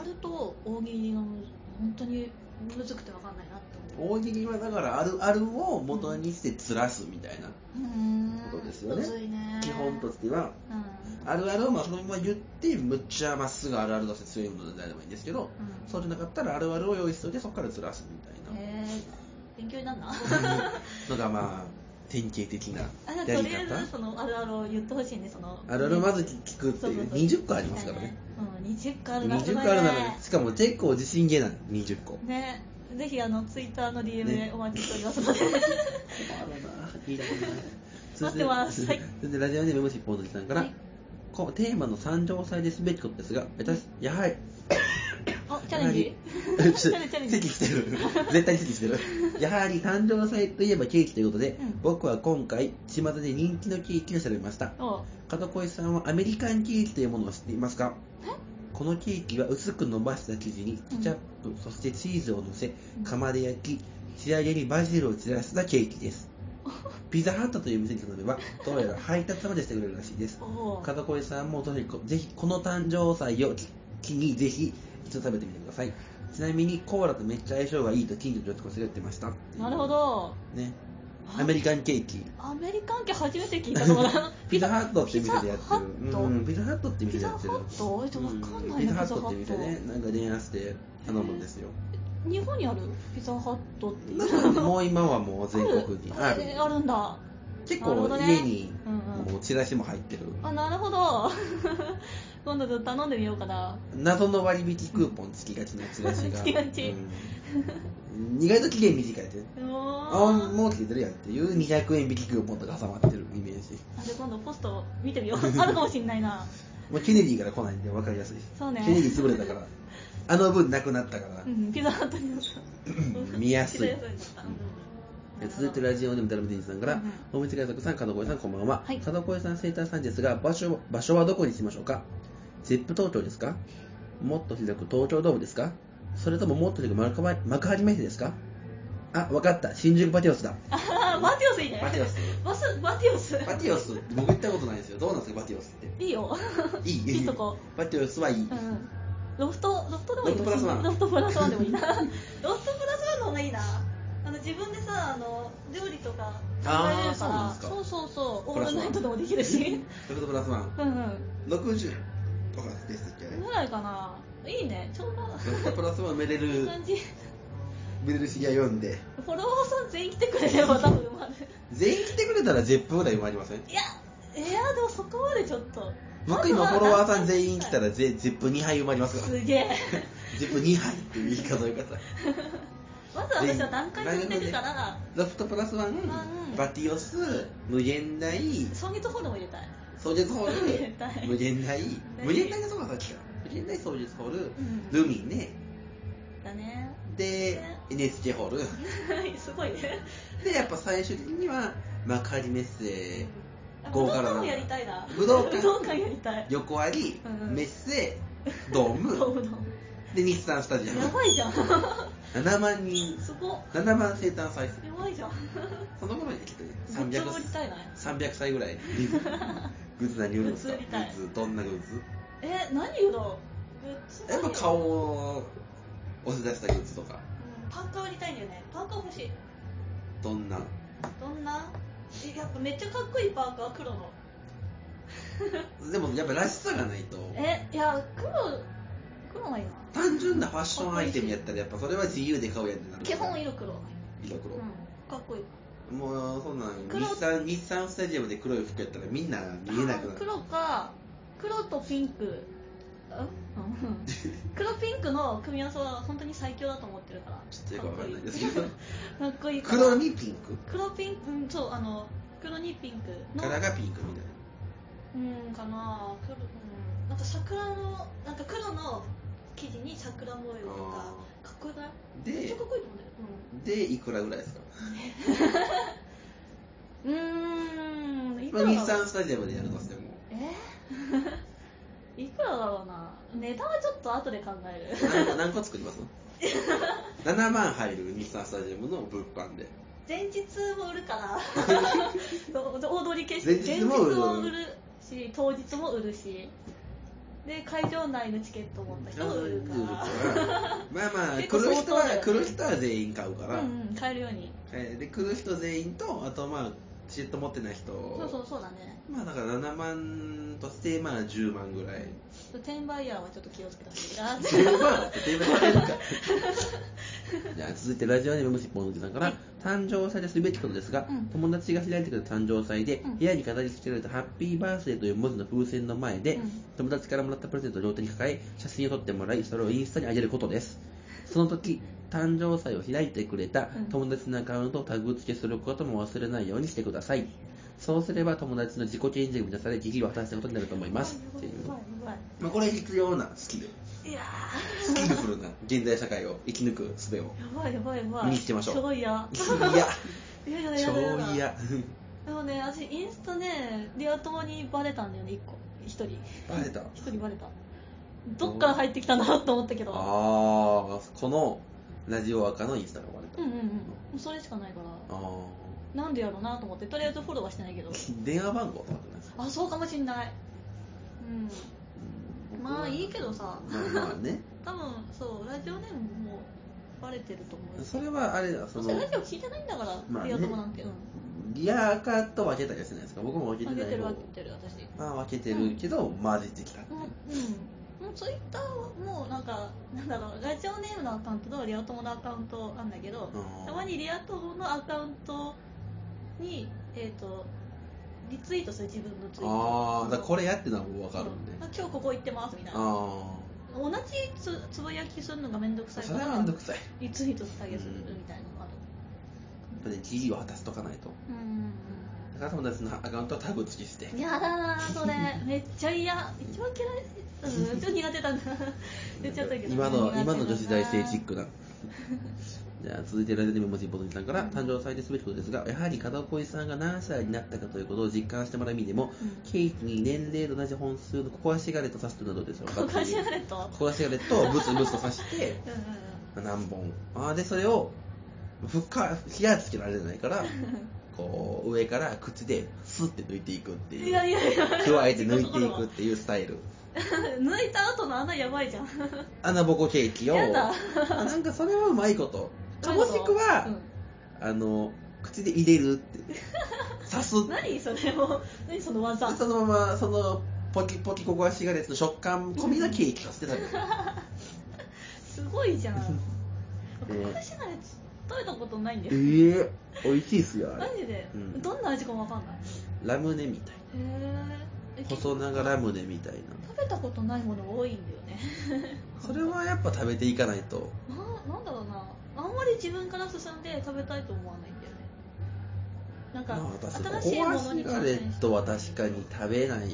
Speaker 2: あると大喜利の本当にむずくてわかんないなって思う
Speaker 1: 大喜利はだからあるあるを元にしてずらすみたいな、
Speaker 2: うーん
Speaker 1: ことですよね
Speaker 2: むずいね
Speaker 1: 基本としては
Speaker 2: うんうん
Speaker 1: あるあるをまあそのまま言ってむっちゃまっすぐあるあるとして強いものであればいいんですけどそうじゃなかったらあるあるを用意しておいてそこからずらすみたいな、
Speaker 2: えー勉強になんな
Speaker 1: のがまあ典型的な
Speaker 2: あと
Speaker 1: やり
Speaker 2: りあえず
Speaker 1: 方
Speaker 2: そのあるあるを言ってほしいねその
Speaker 1: あるあるまず聞くっていう20個ありますからね、
Speaker 2: うん、20個あるな
Speaker 1: 20個あるな
Speaker 2: それ
Speaker 1: らしかも結構自信げなの20個
Speaker 2: ねぜひあのツイッターの DM
Speaker 1: ね
Speaker 2: でお待ちしておりますので、
Speaker 1: あるないいな
Speaker 2: 待ってますはい
Speaker 1: それでラジオネームもしポーズさんから、
Speaker 2: はい
Speaker 1: こうテーマの三条祭ですべきことですが私やはり
Speaker 2: おチャレンジ
Speaker 1: やはり
Speaker 2: チャレンジチャレンジ
Speaker 1: 咳してる絶対咳して るやはり誕生祭といえばケーキということで、
Speaker 2: うん
Speaker 1: 僕は今回巷で人気のケーキを調べました
Speaker 2: お
Speaker 1: 門越さんはアメリカンケーキというものを知っていますかこのケーキは薄く伸ばした生地にケチャップ、そしてチーズを乗せ
Speaker 2: ん
Speaker 1: 釜で焼き仕上げにバジルを散らしたケーキですピザハットという店に頼めばどうやら配達までしてくれるらしいです
Speaker 2: おう
Speaker 1: 門越さんもとにかくぜひこの誕生祭を機にぜひ一度食べてみてくださいちなみにコーラとめっちゃ相性がいいと近所の女子が言ってました
Speaker 2: なるほど
Speaker 1: ねアメリカンケーキ
Speaker 2: アメリカン系初めて聞いたとこだ
Speaker 1: ピザハットって店でやってる。
Speaker 2: ピザハット
Speaker 1: うん、ピザハットって店で
Speaker 2: ピザ
Speaker 1: や
Speaker 2: ハ
Speaker 1: ってる。
Speaker 2: ットえっとわかん
Speaker 1: う
Speaker 2: なんい
Speaker 1: ピザ
Speaker 2: な
Speaker 1: ハ
Speaker 2: ピ
Speaker 1: ッ
Speaker 2: ザ
Speaker 1: ト
Speaker 2: ハ
Speaker 1: って
Speaker 2: ッ
Speaker 1: 店ね、なんか電話して頼むんですよ。
Speaker 2: ト日本にあるピザハットって
Speaker 1: だからもう今はもう全国にあ
Speaker 2: あ
Speaker 1: る
Speaker 2: る。あるんだ
Speaker 1: 結
Speaker 2: なるほ
Speaker 1: 構
Speaker 2: どね
Speaker 1: 家に
Speaker 2: うんうん
Speaker 1: もうチラシも入ってる。
Speaker 2: あなるほど 今度頼んでみようかな
Speaker 1: 謎の割引クーポン付きがちのチラ シが。
Speaker 2: 付きがち
Speaker 1: うん意外と期限短いで。
Speaker 2: うお
Speaker 1: あ
Speaker 2: ー
Speaker 1: もうつけてるやんっていう200円引きクーポンとか挟まってるイメージ。
Speaker 2: あじゃあ今度ポスト見てみよう あるかもしんないな
Speaker 1: もうケネディから来ないんで分かりやすい。
Speaker 2: そうね
Speaker 1: ケネディ潰れたから。あの分なくなったから。
Speaker 2: うんピザハットになった
Speaker 1: うん見やすい
Speaker 2: ピザ屋さんだったうん
Speaker 1: 続いてラジオネームダルムディンさんから
Speaker 2: うんうん、
Speaker 1: おみつがさん、門越さん、こんばんは。
Speaker 2: はい
Speaker 1: 門越さん、生誕さんですが、場所は場所はどこにしましょうかゼップ東京ですかもっと広く東京ドームですかそれとももっと広く幕張幕張メッセですかあ、わかった。新宿パティオスだ。
Speaker 2: あーバティオスいいね
Speaker 1: バティオス
Speaker 2: バスバティオス
Speaker 1: バティオスって僕行ったことないんですよ。どうなんですか、バティオスっ
Speaker 2: いいよ
Speaker 1: て。いい、
Speaker 2: いいとこ
Speaker 1: バティオスはいい。
Speaker 2: うんロフトロフトでもいい
Speaker 1: ロフトプラスワン
Speaker 2: ロフトプラスワンでもいいなロフトプラスワンの方がいいなあの自分でさあの料理とか考えれ
Speaker 1: あー
Speaker 2: る
Speaker 1: そう
Speaker 2: か
Speaker 1: なんで
Speaker 2: ら
Speaker 1: すか
Speaker 2: そうそうそうオ
Speaker 1: プ
Speaker 2: ー
Speaker 1: ラ
Speaker 2: ル
Speaker 1: スワン
Speaker 2: ナイトでもでき るし
Speaker 1: それとプラスワン。
Speaker 2: うんうん
Speaker 1: 60とかでしたっけ
Speaker 2: ぐらいかないいねちょうど
Speaker 1: ロフトプラスワン埋めれ
Speaker 2: いい
Speaker 1: る、
Speaker 2: 感じ
Speaker 1: 埋めれる試合読んで。
Speaker 2: フォロワーさん全員来てくれれば多分埋まる
Speaker 1: 全員来てくれたら10分ぐらい埋まりません
Speaker 2: いやいやでもそこまでちょっと
Speaker 1: 僕今フォロワーさん全員来た
Speaker 2: ら
Speaker 1: らぜ10分2杯埋まりますから
Speaker 2: すげえ
Speaker 1: 10分2杯っていう言い方の言い方
Speaker 2: まず私は段階踏んでいくから
Speaker 1: ロフトプラスワン
Speaker 2: ん
Speaker 1: バティオス無限大
Speaker 2: ソンゲットホールも入れたい
Speaker 1: 創月ホ
Speaker 2: 無
Speaker 1: ー
Speaker 2: 限大
Speaker 1: ル無限大無限大がそうかさっきから無限大創月ホール
Speaker 2: ん
Speaker 1: ルミネ
Speaker 2: だね
Speaker 1: で NHK ホール
Speaker 2: すごいね
Speaker 1: でやっぱ最終的には幕張メッセ
Speaker 2: あ武
Speaker 1: 豪華
Speaker 2: 道
Speaker 1: な
Speaker 2: 館もやりたいな
Speaker 1: 武道館
Speaker 2: 武道館やりたい
Speaker 1: 横あり
Speaker 2: うんうん
Speaker 1: メッセドー
Speaker 2: どう
Speaker 1: ム
Speaker 2: もどうも
Speaker 1: で日産スタジアム
Speaker 2: やばいじゃん
Speaker 1: 7万人
Speaker 2: すご
Speaker 1: 7万生誕祭
Speaker 2: やばいじゃん
Speaker 1: その頃に来て
Speaker 2: めっちゃ
Speaker 1: 300
Speaker 2: 売りたいな
Speaker 1: 300歳ぐらいグッズ何売るんですか
Speaker 2: グッズ売りたい
Speaker 1: グッズどんなグッズ
Speaker 2: え何言うのグッズ
Speaker 1: やっぱ
Speaker 2: 何
Speaker 1: 顔を押し出したグッズとか
Speaker 2: うんパーカー売りたいんだよねパーカー欲しい
Speaker 1: どんな
Speaker 2: どんなえやっぱめっちゃかっこいいパーカー黒の
Speaker 1: でもやっぱらしさがないと
Speaker 2: えいや黒黒がいいな
Speaker 1: 単純なファッションアイテムやったらやっぱそれは自由で買うやつになる
Speaker 2: 基本色黒
Speaker 1: 色黒、
Speaker 2: うん、かっこいい
Speaker 1: もうそんなん
Speaker 2: 黒
Speaker 1: 日産日産スタジアムで黒い服やったらみんな見えなくなる
Speaker 2: 黒か黒とピンクあうん黒ピンクの組み合わせは本当に最強だと思ってるから
Speaker 1: ちょっとよくわかんないですけど
Speaker 2: かっこいいから
Speaker 1: 黒にピンク
Speaker 2: 黒ピンク、うん、そうあの黒にピンクの
Speaker 1: 柄がピンクみたいな
Speaker 2: うんかな黒、うん、なんか桜のなんか黒の生地に桜模様とかかっこよくない
Speaker 1: で
Speaker 2: めっちゃかっこいいと思うんだよ、
Speaker 1: でいくらぐらいですか、
Speaker 2: うん、うーんい
Speaker 1: まあ、
Speaker 2: くら
Speaker 1: 日
Speaker 2: だろう
Speaker 1: 産スタジアムでやるとしても
Speaker 2: え いくらだろうな値段はちょっと後で考える
Speaker 1: 何個何個作ります 7万入る日産スタジアムの物販で
Speaker 2: 前日も売るから 大通り決
Speaker 1: 前
Speaker 2: して
Speaker 1: 日も売る
Speaker 2: 前日も売るし当日も売るしで会場内のチケットを持った人も売るから
Speaker 1: まあまあ
Speaker 2: 結
Speaker 1: 来
Speaker 2: 構
Speaker 1: る
Speaker 2: 相
Speaker 1: 人
Speaker 2: 当
Speaker 1: は
Speaker 2: だよ
Speaker 1: 来る人は全員買うから、
Speaker 2: うんうん買えるように
Speaker 1: えーで来る人全員とあとまあチケット持ってない人
Speaker 2: そうそうそうだね
Speaker 1: まあだから7万としてまあ10万ぐらい
Speaker 2: 転売ヤーはちょっと気をつけた方がいいなって
Speaker 1: 10万って全部買えるかじゃあ続いてラジオネームむしっぽのうきさんから、誕生祭ですべきことですが、
Speaker 2: うん
Speaker 1: 友達が開いてくれた誕生祭で、
Speaker 2: うん
Speaker 1: 部屋に飾り付けられたハッピーバースデーという文字の風船の前で、
Speaker 2: うん
Speaker 1: 友達からもらったプレゼントを両手に抱え写真を撮ってもらいそれをインスタに上げることですその時誕生祭を開いてくれた
Speaker 2: うん
Speaker 1: 友達のアカウントをタグ付けすることも忘れないようにしてくださいそうすれば友達の自己顕示が満たされ義理を果たしたことになると思いますっていう
Speaker 2: やばいやばい
Speaker 1: まあ、これ必要なスキル
Speaker 2: いや
Speaker 1: スキルフルな現代社会を生き抜く 術を
Speaker 2: ーやばいやばいやばい
Speaker 1: 見に来てましょう
Speaker 2: 超嫌
Speaker 1: いや
Speaker 2: いやいやいやいや
Speaker 1: 超
Speaker 2: いや
Speaker 1: 嫌
Speaker 2: でもね私インスタねリア友にバレたんだよね1個1人
Speaker 1: バレたあ
Speaker 2: 1人バレたどっから入ってきたんだろうと思ったけ
Speaker 1: あー
Speaker 2: ど
Speaker 1: このラジオ赤のインスタがバレた、
Speaker 2: うんうんうんもうそれしかないから
Speaker 1: あ
Speaker 2: なんでやろうなと思ってとりあえずフォローはしてないけど
Speaker 1: ー電話番号とかってないですか
Speaker 2: あそうかもしんないうんまあいいけどさ
Speaker 1: まあまあね
Speaker 2: 多分そうラジオネームもバレてると思う
Speaker 1: それはあれだそ
Speaker 2: そ
Speaker 1: の
Speaker 2: してラジオ聞いてないんだから、
Speaker 1: まあね
Speaker 2: リア友なんてうん
Speaker 1: いや赤と分けたりはしてないですか僕も分け
Speaker 2: あ
Speaker 1: て
Speaker 2: げ
Speaker 1: ない
Speaker 2: てる
Speaker 1: 方
Speaker 2: 分けてる私
Speaker 1: まあ分けてるけど、混じってきたっていう
Speaker 2: もう、うん、もうツイッターはもうなんか、なんだろう、ラジオネームのアカウントとリア友のアカウントあんだけど、
Speaker 1: うん
Speaker 2: たまにリア友のアカウントに、えっ、と、リツイートする自分のツイート。
Speaker 1: ああだからこれやってのはもう分かるんで、
Speaker 2: そう今日ここ行ってますみたいな。
Speaker 1: あ
Speaker 2: 同じつつぶやきするのがめんどく
Speaker 1: あ
Speaker 2: さい
Speaker 1: そ
Speaker 2: か
Speaker 1: れは
Speaker 2: ら
Speaker 1: めん、どくさい
Speaker 2: リツイートしてあげするみたいなのがある。
Speaker 1: やっぱり記事を果たすとかないと
Speaker 2: うんう
Speaker 1: だ
Speaker 2: ん
Speaker 1: から友達のアカウントはタグ付きして
Speaker 2: うん。やだなぁそれ。めっちゃ嫌。一番嫌い。うん、ちょっと苦手だな。言っちゃったけど。
Speaker 1: 今の
Speaker 2: 苦手だな
Speaker 1: 今の女子大生チッ クなじゃあ続いてラジオネームもちぼとにさんから誕生祭ですべきことですがやはり片恋さんが何歳になったかということを実感してもらう意味でも、
Speaker 2: うん
Speaker 1: ケーキに年齢と同じ本数のココアシガレット刺すというのはどうでしょうか
Speaker 2: おかしがれと。
Speaker 1: ココアシガレットをブツブツと刺して
Speaker 2: うんうんうん
Speaker 1: 何本あーでそれをふっか火がつけられないからこう上から口でスッて抜いていくっていう
Speaker 2: いやいやいや
Speaker 1: 加えて抜いていくっていうスタイル
Speaker 2: 抜いた後の穴やばいじゃん
Speaker 1: 穴ぼこケーキを
Speaker 2: やだ
Speaker 1: あなんかそれはうまいことかもしくは、あの口で入れるって刺す
Speaker 2: うん何それを何その技
Speaker 1: そのままそのポキポキココアシガレットの食感込みのケーキをして食べる
Speaker 2: すごいじゃん
Speaker 1: えー
Speaker 2: 隠しない食べたことないんだ
Speaker 1: え
Speaker 2: よ
Speaker 1: ー、美味しいっすよあ
Speaker 2: マ
Speaker 1: れ
Speaker 2: ジで、
Speaker 1: うん
Speaker 2: どんな味かもわかんない
Speaker 1: ラムネみたい
Speaker 2: へえ
Speaker 1: な細長ラムネみたいな
Speaker 2: 食べたことないもの多いんだよね
Speaker 1: それはやっぱ食べていかないと
Speaker 2: ななんだろうなあんまり自分から進んで食べたいと思わないんだよねなんか
Speaker 1: まあ私ココ
Speaker 2: 新
Speaker 1: ア
Speaker 2: し
Speaker 1: シ
Speaker 2: いものに
Speaker 1: ガレットは確かに食べない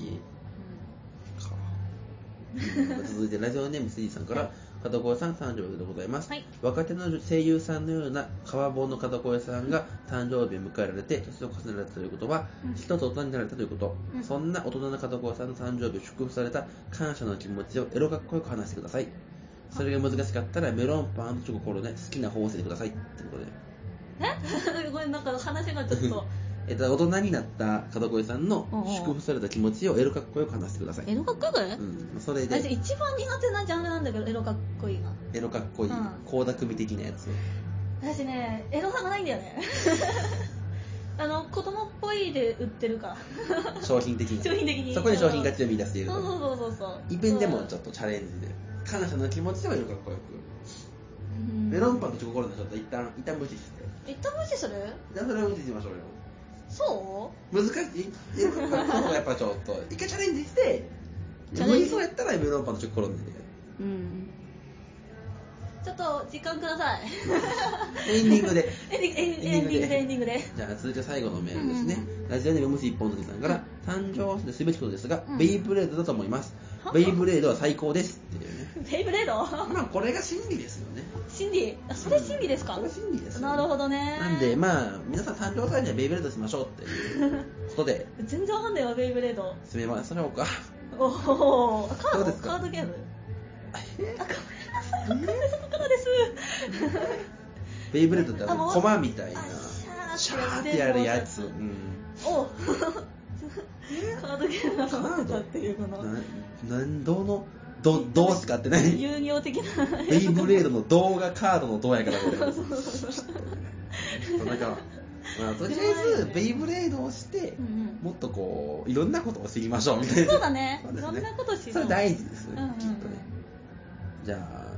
Speaker 1: か、うん続いてラジオネームスリーさんから加藤浩さん30でございます、
Speaker 2: はい
Speaker 1: 若手の声優さんのような川本の加藤浩さんが誕生日を迎えられて年を重ねられたということは、
Speaker 2: うん
Speaker 1: 一つ大人になられたということ、
Speaker 2: うん
Speaker 1: そんな大人の加藤浩さんの誕生日を祝福された感謝の気持ちをエロかっこよく話してくださいそれが難しかったらメロンパンとチョココロネ好きな方を教えてくださいってことで
Speaker 2: えこれなんか話がちょっと
Speaker 1: えっと、大人になった門越さんの
Speaker 2: うんうん
Speaker 1: 祝福された気持ちをエロかっこよく話してください。
Speaker 2: エロかっこよくない
Speaker 1: うん、それ
Speaker 2: 私
Speaker 1: で、
Speaker 2: 一番苦手なジャンルなんだけどエロかっこいいな
Speaker 1: エロかっこいい
Speaker 2: うん、
Speaker 1: 倖田來未的なやつ。
Speaker 2: 私ねエロさがないんだよ ねあの子供っぽいで売ってるから
Speaker 1: 商品的に。
Speaker 2: 商品的に
Speaker 1: そこに商品価値を見出している
Speaker 2: そうそ
Speaker 1: と。
Speaker 2: うそうそうそう
Speaker 1: イベンでもち
Speaker 2: ょ
Speaker 1: ょっとチャレンジで。感謝の気持ちをエロかっこよく。
Speaker 2: っ
Speaker 1: メロンパンとチョココロネはちょっと一旦、一旦無視して。
Speaker 2: 一旦無視する
Speaker 1: じゃあそれを見てみましょうよ
Speaker 2: そ
Speaker 1: 難しいえここやっぱちょっ と一回チャレンジして
Speaker 2: チャレン
Speaker 1: 無
Speaker 2: ジ
Speaker 1: 理そうやったらメロンパンとチョコ転んでね
Speaker 4: うん。
Speaker 2: うちょっと時間ください
Speaker 1: エンディング で
Speaker 2: エンディングエンディングでエンディングで
Speaker 1: じゃあ続いて最後のメールですね、ラジオネームムス一本釣りさんから誕生ですべきことですが、
Speaker 2: うん
Speaker 1: ベイブレードだと思います
Speaker 2: は
Speaker 1: ベイブレードは最高ですっていうね
Speaker 2: ベイブレード
Speaker 1: まあこれが真理ですよね
Speaker 2: 真理あそれ真理ですか、
Speaker 1: これ真理ですよね、
Speaker 2: なるほどね
Speaker 1: なんでまあ皆さん誕生祭にはベイブレードしましょうっていうことで
Speaker 2: 全然わかんないわベイブレード
Speaker 1: 進めましょうか
Speaker 2: おおカー
Speaker 1: どう
Speaker 2: ド
Speaker 1: ですか
Speaker 2: カードゲームあごめんなさいこんなとこから です
Speaker 1: ベイブレードってあ
Speaker 2: あも
Speaker 1: の
Speaker 2: う
Speaker 1: コマみたいな
Speaker 2: あ
Speaker 1: シ
Speaker 2: シ
Speaker 1: ャ
Speaker 2: ャ
Speaker 1: ー
Speaker 2: ー
Speaker 1: っ
Speaker 2: ってて
Speaker 1: や
Speaker 2: や
Speaker 1: る
Speaker 2: る
Speaker 1: や
Speaker 2: や
Speaker 1: つ
Speaker 2: つ
Speaker 1: うん
Speaker 2: おカードゲームだと思ったっていうこの
Speaker 1: ななんどのどどうすかって何
Speaker 2: 遊戯王的な
Speaker 1: ベイブレードの動画カードの動やからこれ
Speaker 2: そうそうそうそう
Speaker 1: なんか、まあ、とりあえずベイブレードをして
Speaker 2: うんうん
Speaker 1: もっとこういろんなことを知りましょうみたいな
Speaker 2: そうだね
Speaker 1: そうです
Speaker 2: いろんなこと知ろう
Speaker 1: それ大事です、
Speaker 2: うんうんうん
Speaker 1: きっとねじゃあ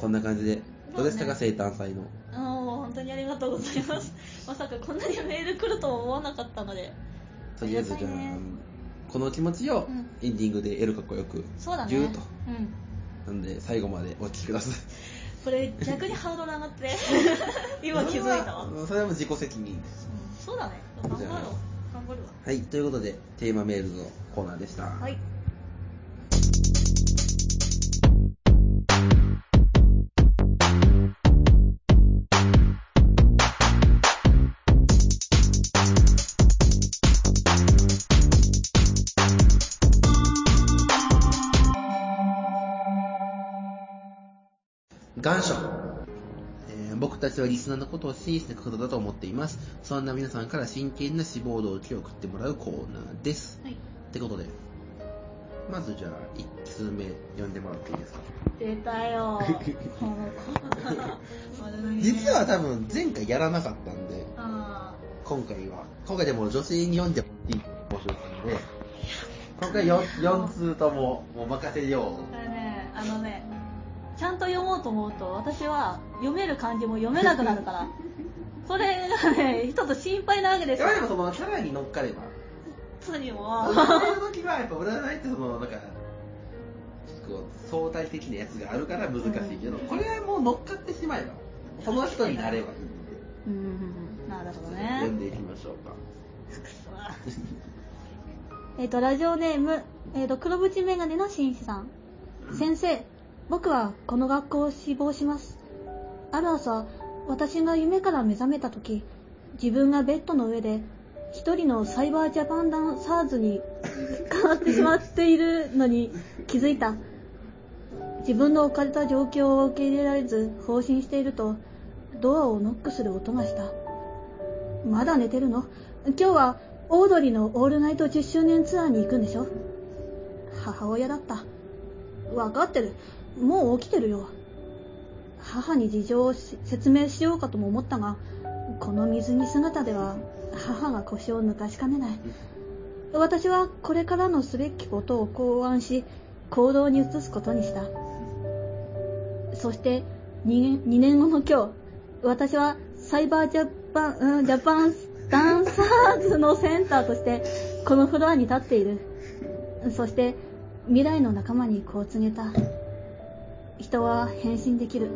Speaker 1: こんな感じでどうでしたか、
Speaker 2: そう
Speaker 1: 生誕祭の
Speaker 2: あの本当にありがとうございますまさかこんなにメール来るとは思わなかったので
Speaker 1: とりあえずじゃあ
Speaker 2: ありがたいね
Speaker 1: この気持ちを
Speaker 2: うん
Speaker 1: エンディングでエロかっこよく
Speaker 2: そうだね
Speaker 1: ギューと
Speaker 2: うん
Speaker 1: なんで最後までお聴きください
Speaker 2: これ逆にハードル上がって 今気づいたわ
Speaker 1: それはそれ はもう自己責任です
Speaker 2: そうだね頑張ろ
Speaker 1: じ
Speaker 2: う
Speaker 1: ゃあ
Speaker 2: 頑張るわ
Speaker 1: はいということでテーマメールのコーナーでした
Speaker 2: はい
Speaker 1: 願書、えー僕たちはリスナーのことを真摯なことだと思っていますそんな皆さんから真剣な志望動機を送ってもらうコーナーです
Speaker 2: はい
Speaker 1: ってことでまずじゃあ1通目読んでもらっていいですか
Speaker 2: 出た よこのコーナー悪いね
Speaker 1: 実は多分前回やらなかったんで
Speaker 2: あ
Speaker 1: 今回は今回でも女性に読んでもいい募集するので今回 4, 4通とももう任せよ
Speaker 2: ーこれねあのねちゃんと読もうと思うと私は読める漢字も読めなくなるから それがね一つ心配なわけ
Speaker 1: う
Speaker 2: です
Speaker 1: や
Speaker 2: よ
Speaker 1: ばいでもそのキャラに乗っかれば
Speaker 2: つに も
Speaker 1: 占いの時はやっぱ占いってそのなんかこう相対的なやつがあるから難しいけど、これはもう乗っかってしまえばその人になればいいんで、
Speaker 4: うんうんうん。
Speaker 2: なるほど
Speaker 1: 読ん
Speaker 2: ね
Speaker 1: でいきましょうか
Speaker 2: くそ
Speaker 4: えっ、と、ラジオネーム、えっ、と、黒縁メガネの紳士さん。先生、僕はこの学校を志望します。ある朝、私が夢から目覚めた時、自分がベッドの上で、一人のサイバージャパンダンサーズに 変わってしまっているのに気づいた。自分の置かれた状況を受け入れられず、放心していると、ドアをノックする音がした。まだ寝てるの今日はオードリーのオールナイト10周年ツアーに行くんでしょ母親だった。わかってる。もう起きてるよ。母に事情をし説明しようかとも思ったが、この水着姿では母が腰を抜かしかねない。私はこれからのすべきことを考案し、行動に移すことにした。そして2年 ,2 年後の今日、私はサイバージャパン、うんジャパンダンサーズのセンターとしてこのフロアに立っている。そして未来の仲間にこう告げた。人は変身できる。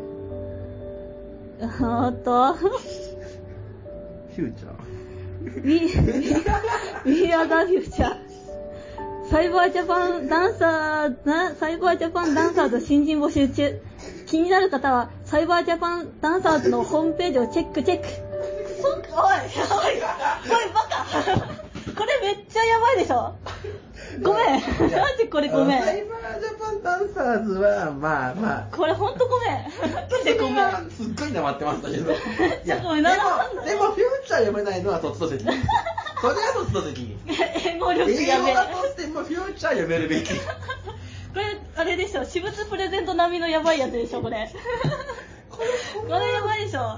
Speaker 4: おーっと、
Speaker 1: フューチャー
Speaker 4: We, We are the future. サイバージャパンダンサー、なサイバージャパンダンサーズ新人募集中。気になる方は、サイバージャパンダンサーズのホームページをチェックチェック。
Speaker 2: そんおいおいおいバカこれめっちゃやばいでしょごめんマジこれごめん
Speaker 1: サイバージャパンダンサーズはまあまあ
Speaker 2: これほんとごめんマジでごめん
Speaker 1: それはすっごい黙ってましたけどいや
Speaker 2: ちょっとごめ
Speaker 1: で
Speaker 2: ん
Speaker 1: も
Speaker 2: な
Speaker 1: でもフューチャー読めないのはそっちの責任それはそっちの責任
Speaker 2: 英語力
Speaker 1: 英
Speaker 2: や
Speaker 1: 語
Speaker 2: べえ
Speaker 1: だとしてもフューチャー読めるべき
Speaker 2: これあれでしょ私物プレゼント並みのやばいやつでしょこれ
Speaker 1: これ
Speaker 2: これやばいでしょ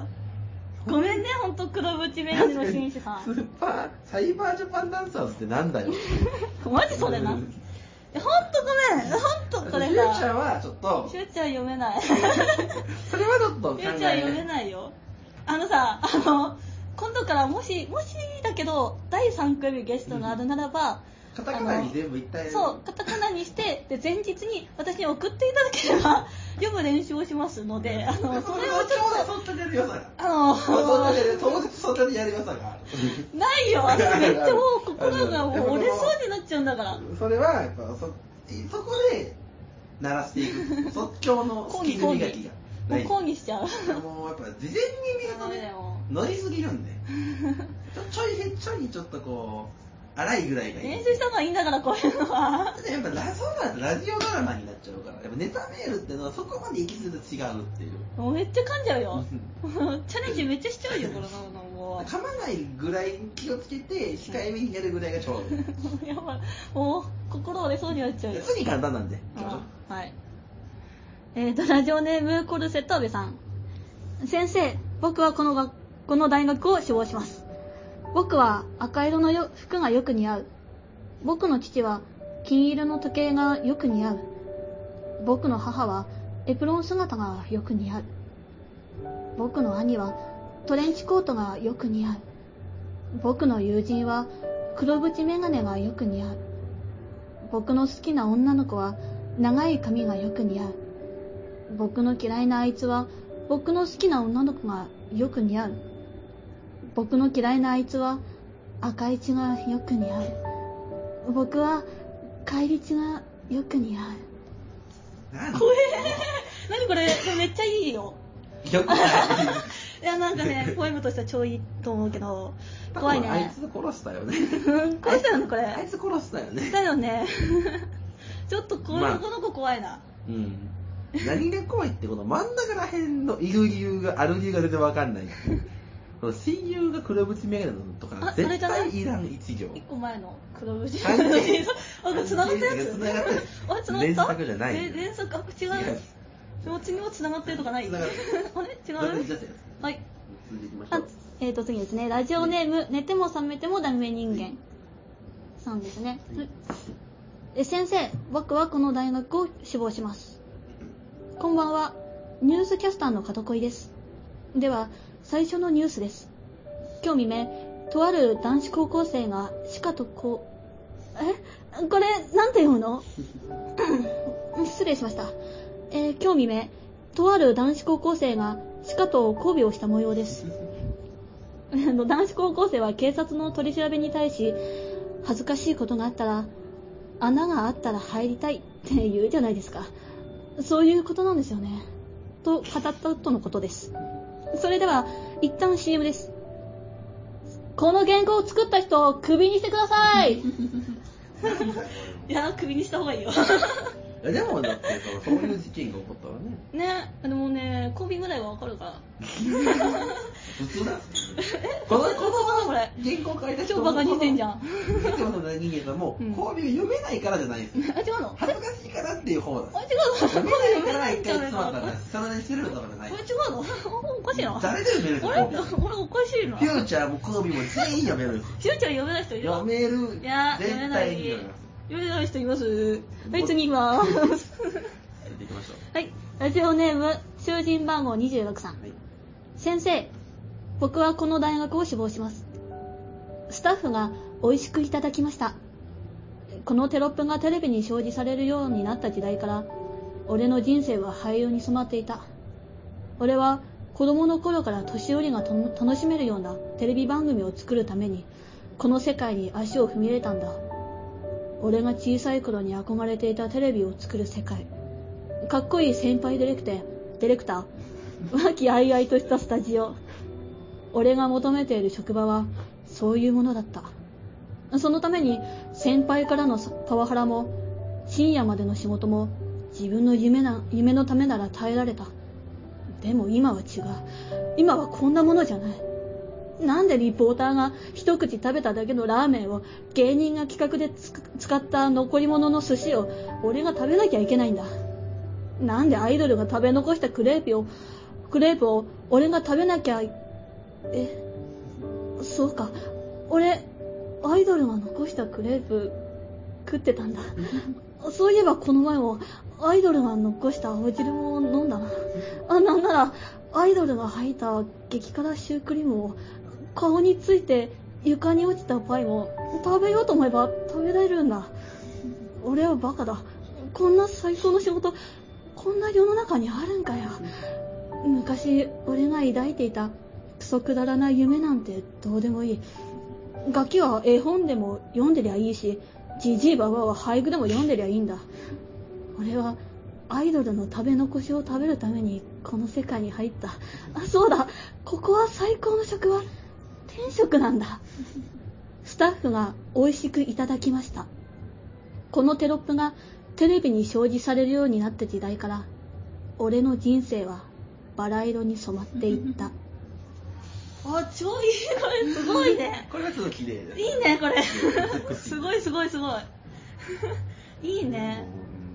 Speaker 2: ごめんねほんと黒縁メガネの紳士さ
Speaker 1: ス
Speaker 2: ん
Speaker 1: ーパーサイバージャパンダンサーズってなんだよ
Speaker 2: マジそれなほんとごめんほんとこれ
Speaker 1: フューチャー
Speaker 2: さ
Speaker 1: はちょっと
Speaker 2: しゅうちゃん読めない
Speaker 1: それはちょっと考
Speaker 2: ゆう
Speaker 1: え
Speaker 2: ちゃん
Speaker 1: ない
Speaker 2: 読めないよ。あのさ、あの、今度からもし、もしだけど、第3組ゲストがあるならば、
Speaker 1: カタカナに全部一体
Speaker 2: そう、カタカナにして、で、前日に私に送っていただければ、読む練習をしますので、あの、そ
Speaker 1: そ
Speaker 2: れ
Speaker 1: れ
Speaker 2: を
Speaker 1: は
Speaker 2: ち
Speaker 1: ち
Speaker 2: ょ
Speaker 1: ょ
Speaker 2: っ
Speaker 1: うどそんなにやる良さが
Speaker 2: と、あの、
Speaker 1: そんなにやる当日そんなにやる良さがある
Speaker 2: ないよ、私めっちゃもう心がもう折れそうになっちゃうんだから。
Speaker 1: それはやっぱそそこで鳴らしていく即興のスキル磨きが
Speaker 2: もう
Speaker 1: 大事
Speaker 2: 抗議しちゃう。
Speaker 1: もうやっぱ事前に見ると
Speaker 5: ダメだ
Speaker 1: ね
Speaker 5: よ。
Speaker 1: 乗りすぎるんでちょちょいへちょいちょっとこう荒いぐらいがいい
Speaker 2: 練習したのはいいんだから、こういうのは。
Speaker 1: やっぱラそうなるとラジオドラマになっちゃうからやっぱネタメールってのはそこまで行き過ぎると違うっていう
Speaker 2: もうめっちゃ噛んじゃうよ。
Speaker 1: 噛
Speaker 2: チャレンジめっちゃしちゃうよ、これなのも。
Speaker 1: まないぐらいに気をつけて控えめにやるぐらいがちょうどいいう
Speaker 2: やばい。もう、心折れそうになっちゃうよ。
Speaker 1: 次簡単なんで行きましょう
Speaker 2: あはい。えーと、ラジオネームコルセット安部さん。先生、僕はこの学この大学を志望します。僕は赤色のよ服がよく似合う。僕の父は金色の時計がよく似合う。僕の母はエプロン姿がよく似合う。僕の兄はトレンチコートがよく似合う。僕の友人は黒縁メガネがよく似合う。僕の好きな女の子は長い髪がよく似合う僕の嫌いなあいつは僕の好きな女の子がよく似合う僕の嫌いなあいつは赤い血がよく似合う僕は帰り血がよく似合う
Speaker 1: 何
Speaker 2: 何これめっちゃいいよ
Speaker 1: よくない
Speaker 2: いやなんか ねポエムとしては超いいと思うけど 怖い
Speaker 1: あい
Speaker 2: ね
Speaker 1: つ殺したよね
Speaker 2: うん怖いだよねこれ
Speaker 1: あいつ殺したよね
Speaker 2: だよね ちょっとこ
Speaker 1: まあ
Speaker 2: のこの子怖いな、
Speaker 1: うん何が怖いってこの真ん中らへんのいる理由がある理由が全然わかんないっていうこの親友が黒縁メガネと
Speaker 2: あ
Speaker 1: か
Speaker 2: それ
Speaker 1: 絶
Speaker 2: じゃない
Speaker 1: 対いらん一行
Speaker 2: 一個前の黒縁
Speaker 1: 関係
Speaker 2: あこれ繋がったやつ
Speaker 1: 繋がったやつ
Speaker 2: あれ繋がった
Speaker 1: 連作じゃない
Speaker 2: え連作あ違
Speaker 1: 違
Speaker 2: う
Speaker 1: う
Speaker 2: 気持ちにも繋がってるとかない
Speaker 1: 繋がって
Speaker 2: あ
Speaker 1: ど
Speaker 2: れ
Speaker 1: れ
Speaker 2: 違
Speaker 1: に出
Speaker 2: う
Speaker 1: せ
Speaker 2: はい
Speaker 1: 続いていきましょ
Speaker 2: あ
Speaker 1: う
Speaker 2: えー、と次ですねラジオネーム「寝ても覚めてもダメ人間」さんですね、え先生僕はこの大学を志望しますこんばんはニュースキャスターの片恋ですでは最初のニュースです今日未明とある男子高校生がしかとこうえこれなんて読むの失礼しました、えー今日未明とある男子高校生がしかと交尾をした模様です あの男子高校生は警察の取り調べに対し恥ずかしいことがあったら穴があったら入りたいって言うじゃないですかそういうことなんですよねと語ったとのことですそれでは一旦 CM ですこの原稿を作った人をクビにしてくださ いいやクビにした方がいいよ
Speaker 1: いやでもだってそのそういう事件が起こったらね
Speaker 2: ねでもねコンビぐらいはわかる から
Speaker 1: 普通 だこのこの
Speaker 2: これ
Speaker 1: 原稿書いた人
Speaker 2: 超バカにしてんじゃん
Speaker 1: いつもの人間さんも
Speaker 2: うん
Speaker 1: 交尾が読めないからじゃないんですよ
Speaker 2: あ違うの
Speaker 1: 恥ずかしいからっていう方なんで
Speaker 2: あ
Speaker 1: す
Speaker 2: 違うの
Speaker 1: 読めないから一回
Speaker 2: これ
Speaker 1: 詰 まったんですそれにするとかじゃない
Speaker 2: これ違うの おかしいな
Speaker 1: 誰で読めるんです
Speaker 2: 俺
Speaker 1: か
Speaker 2: 俺おかしいな
Speaker 1: フューチャーもコービーも全員読めるんです
Speaker 2: しゅうちゃん読めない人いる
Speaker 1: 読める
Speaker 2: いやー
Speaker 1: 絶
Speaker 2: 読めない
Speaker 1: 対に読めます
Speaker 2: 読めない人いますはい次行きます
Speaker 1: はいできましょ
Speaker 2: はいラジオネーム囚人番号26さん
Speaker 1: うはい
Speaker 2: 先生僕はこの大学を志望しますスタッフが美味しくいただきましたこのテロップがテレビに表示されるようになった時代から俺の人生は灰色に染まっていた俺は子供の頃から年寄りがとも楽しめるようなテレビ番組を作るためにこの世界に足を踏み入れたんだ俺が小さい頃に憧れていたテレビを作る世界かっこいい先輩ディレクターディレクター和気あいあいとしたスタジオ俺が求めている職場はそういうものだったそのために先輩からのパワハラも深夜までの仕事も自分の夢な夢のためなら耐えられたでも今は違う今はこんなものじゃないなんでリポーターが一口食べただけのラーメンを芸人が企画でつく使った残り物の寿司を俺が食べなきゃいけないんだなんでアイドルが食べ残したクレープを、クレープを俺が食べなきゃい、え、そうか。俺、アイドルが残したクレープ食ってたんだ。そういえばこの前もアイドルが残した青汁も飲んだな。あ、なんなら
Speaker 4: アイドルが吐いた激辛シュークリームを顔について床に落ちたパイも食べようと思えば食べられるんだ俺はバカだこんな最高の仕事こんな世の中にあるんかよ昔俺が抱いていたクソくだらない夢なんてどうでもいいガキは絵本でも読んでりゃいいしじじいばばは俳句でも読んでりゃいいんだ俺はアイドルの食べ残しを食べるためにこの世界に入ったあそうだここは最高の職場天職なんだスタッフが美味しくいただきましたこのテロップがテレビに表示されるようになった時代から俺の人生はバラ色に染まっていった
Speaker 2: あ超いいこれすごいね
Speaker 1: これはちょっと綺麗だ
Speaker 2: いいねこれすごいすごいすごい いいね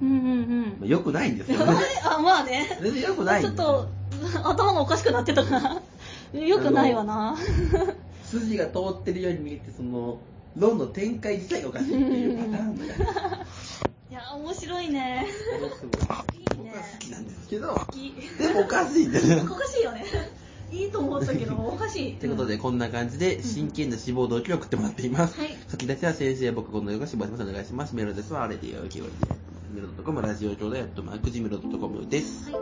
Speaker 2: うんうんうん
Speaker 1: よくないんですよね
Speaker 2: あまあね
Speaker 1: 全然よくない
Speaker 2: ちょっと頭がおかしくなってたかなよくないわな
Speaker 1: 筋が通ってるように見えてその論の展開自体がおかしいっていうパターンだよ、うん
Speaker 2: いや面白いね。
Speaker 1: いいね。好きなんですけど、 でもおかしいんですよ。
Speaker 2: おかしいよね。いいと思ったけど、おかしい。
Speaker 1: ということで、こんな感じで、真剣な志望動機を送ってもらっています。はい。先立ちは先生、僕、このよが志望します。お願いします。メールですは、あれでよ、きごりで。メールドットコム、ラジオ上で、とマークジメールドットコムです。はい。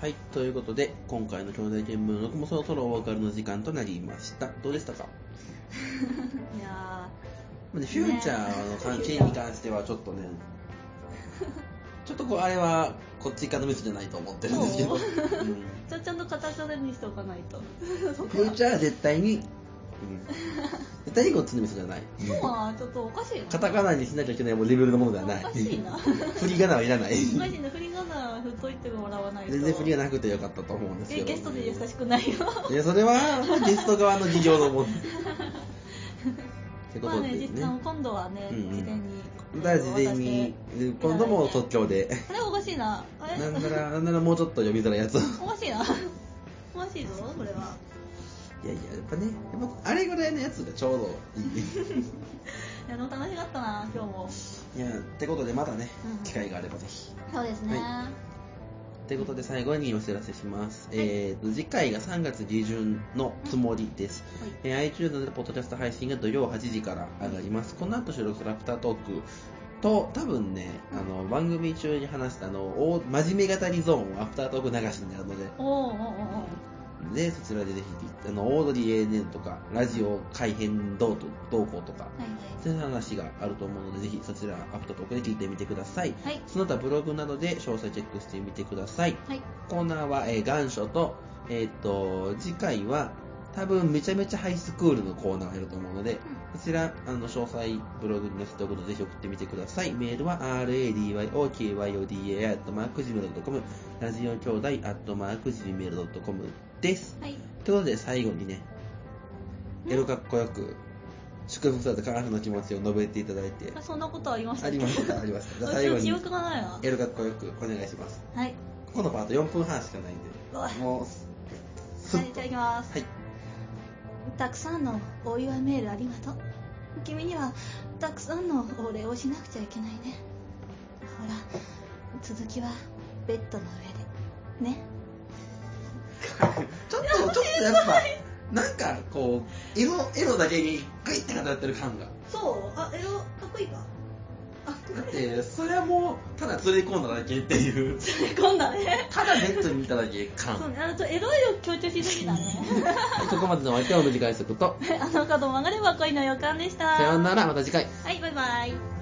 Speaker 1: はい、ということで、今回の兄弟見聞録もそろそろお別れの時間となりました。どうでしたか
Speaker 2: いや
Speaker 1: ー、ね、フューチャーの関係に関してはちょっと ね、ちょっとこう、あれはこっち側のミスじゃないと思ってるんですけど、うん、
Speaker 2: ちゃちゃんと形にしておかないと。
Speaker 1: フューチャーは絶対に、うん、絶対にこっちのミスじゃない。
Speaker 2: まあ、ちょっとおかしいな。
Speaker 1: カタカナにしなきゃいけないもレベルのものではない。
Speaker 2: おかしいな。
Speaker 1: 振り仮名はいらない。
Speaker 2: おかしいな、振り仮名は振っといてもらわないと。
Speaker 1: 全然振りがなくてよかったと思うんですけ
Speaker 2: ど、ね。ゲストで優しくないよ。
Speaker 1: いや、それは、ゲスト側の事情の問題。
Speaker 2: まあね、実際今度はね、事前に。
Speaker 1: だ事前に、今度も即興で。
Speaker 2: あれおかしいな。あれ
Speaker 1: なんなら、なんならもうちょっと読みづらいやつ。
Speaker 2: おかしいな。おかしいぞ、これは。
Speaker 1: いやいや、やっぱね、やっぱあれぐらいのやつがちょうどいい。
Speaker 2: いや、でも楽しかったな、今日も。
Speaker 1: いや、ってことでまたね、うん、機会があればぜひ。、
Speaker 2: そうですね。はい
Speaker 1: ということで最後にお知らせします。はい、えーと、次回が3月下旬のつもりです。はい、えー、iTunes でポッドキャスト配信が土曜8時から上がります。この後収録するアフタートーク。と、多分ね、あの、番組中に話したあの、お真面目型にゾーン、アフタートーク流しになるので、
Speaker 2: おーおーおー
Speaker 1: で、そちらでぜひ、あの、オードリー ANN とか、ラジオ改編どうとどうこうとか、はいはい、そういう話があると思うので、ぜひそちら、アフタートークで聞いてみてください。はい、その他ブログなどで詳細チェックしてみてください。はい、コーナーは、えー、願書と、えー、っと、次回は、多分めちゃめちゃハイスクールのコーナーがいると思うので、うん、そちら、あの、詳細ブログに載せておくので、ぜひ送ってみてください。メールは、radyokyodai.gmail.com、ラジオ兄弟 .gmail.com です。はい。ということで、最後にね、エロかっこよく、祝福された感謝の気持ちを述べていただいて。
Speaker 2: そんなことありました
Speaker 1: ありました、ありました。
Speaker 2: じゃ 最後に、記憶がないな。
Speaker 1: エロかっこよくお願いします。
Speaker 2: はい。
Speaker 1: ここのパート4分半しかないんで、も
Speaker 2: う、はい、いただきます。
Speaker 1: はい。
Speaker 4: たくさんのお祝いメールありがとう君にはたくさんのお礼をしなくちゃいけないねほら続きはベッドの上でね
Speaker 1: ちょっとちょっとやっぱなんかこうエロエロだけにグイって語ってる感が
Speaker 2: そうあエロかっこいいか
Speaker 1: だってそれはもうただ連れ込んだだけっていう
Speaker 2: 連れ込んだね
Speaker 1: ただベッドに見ただけ感
Speaker 2: そうねあのエロいを強調し すぎだね
Speaker 1: そこまでのお相手は短い速と
Speaker 2: あの角曲がれば恋の予感でした
Speaker 1: さようならまた次回
Speaker 2: はいバイバイ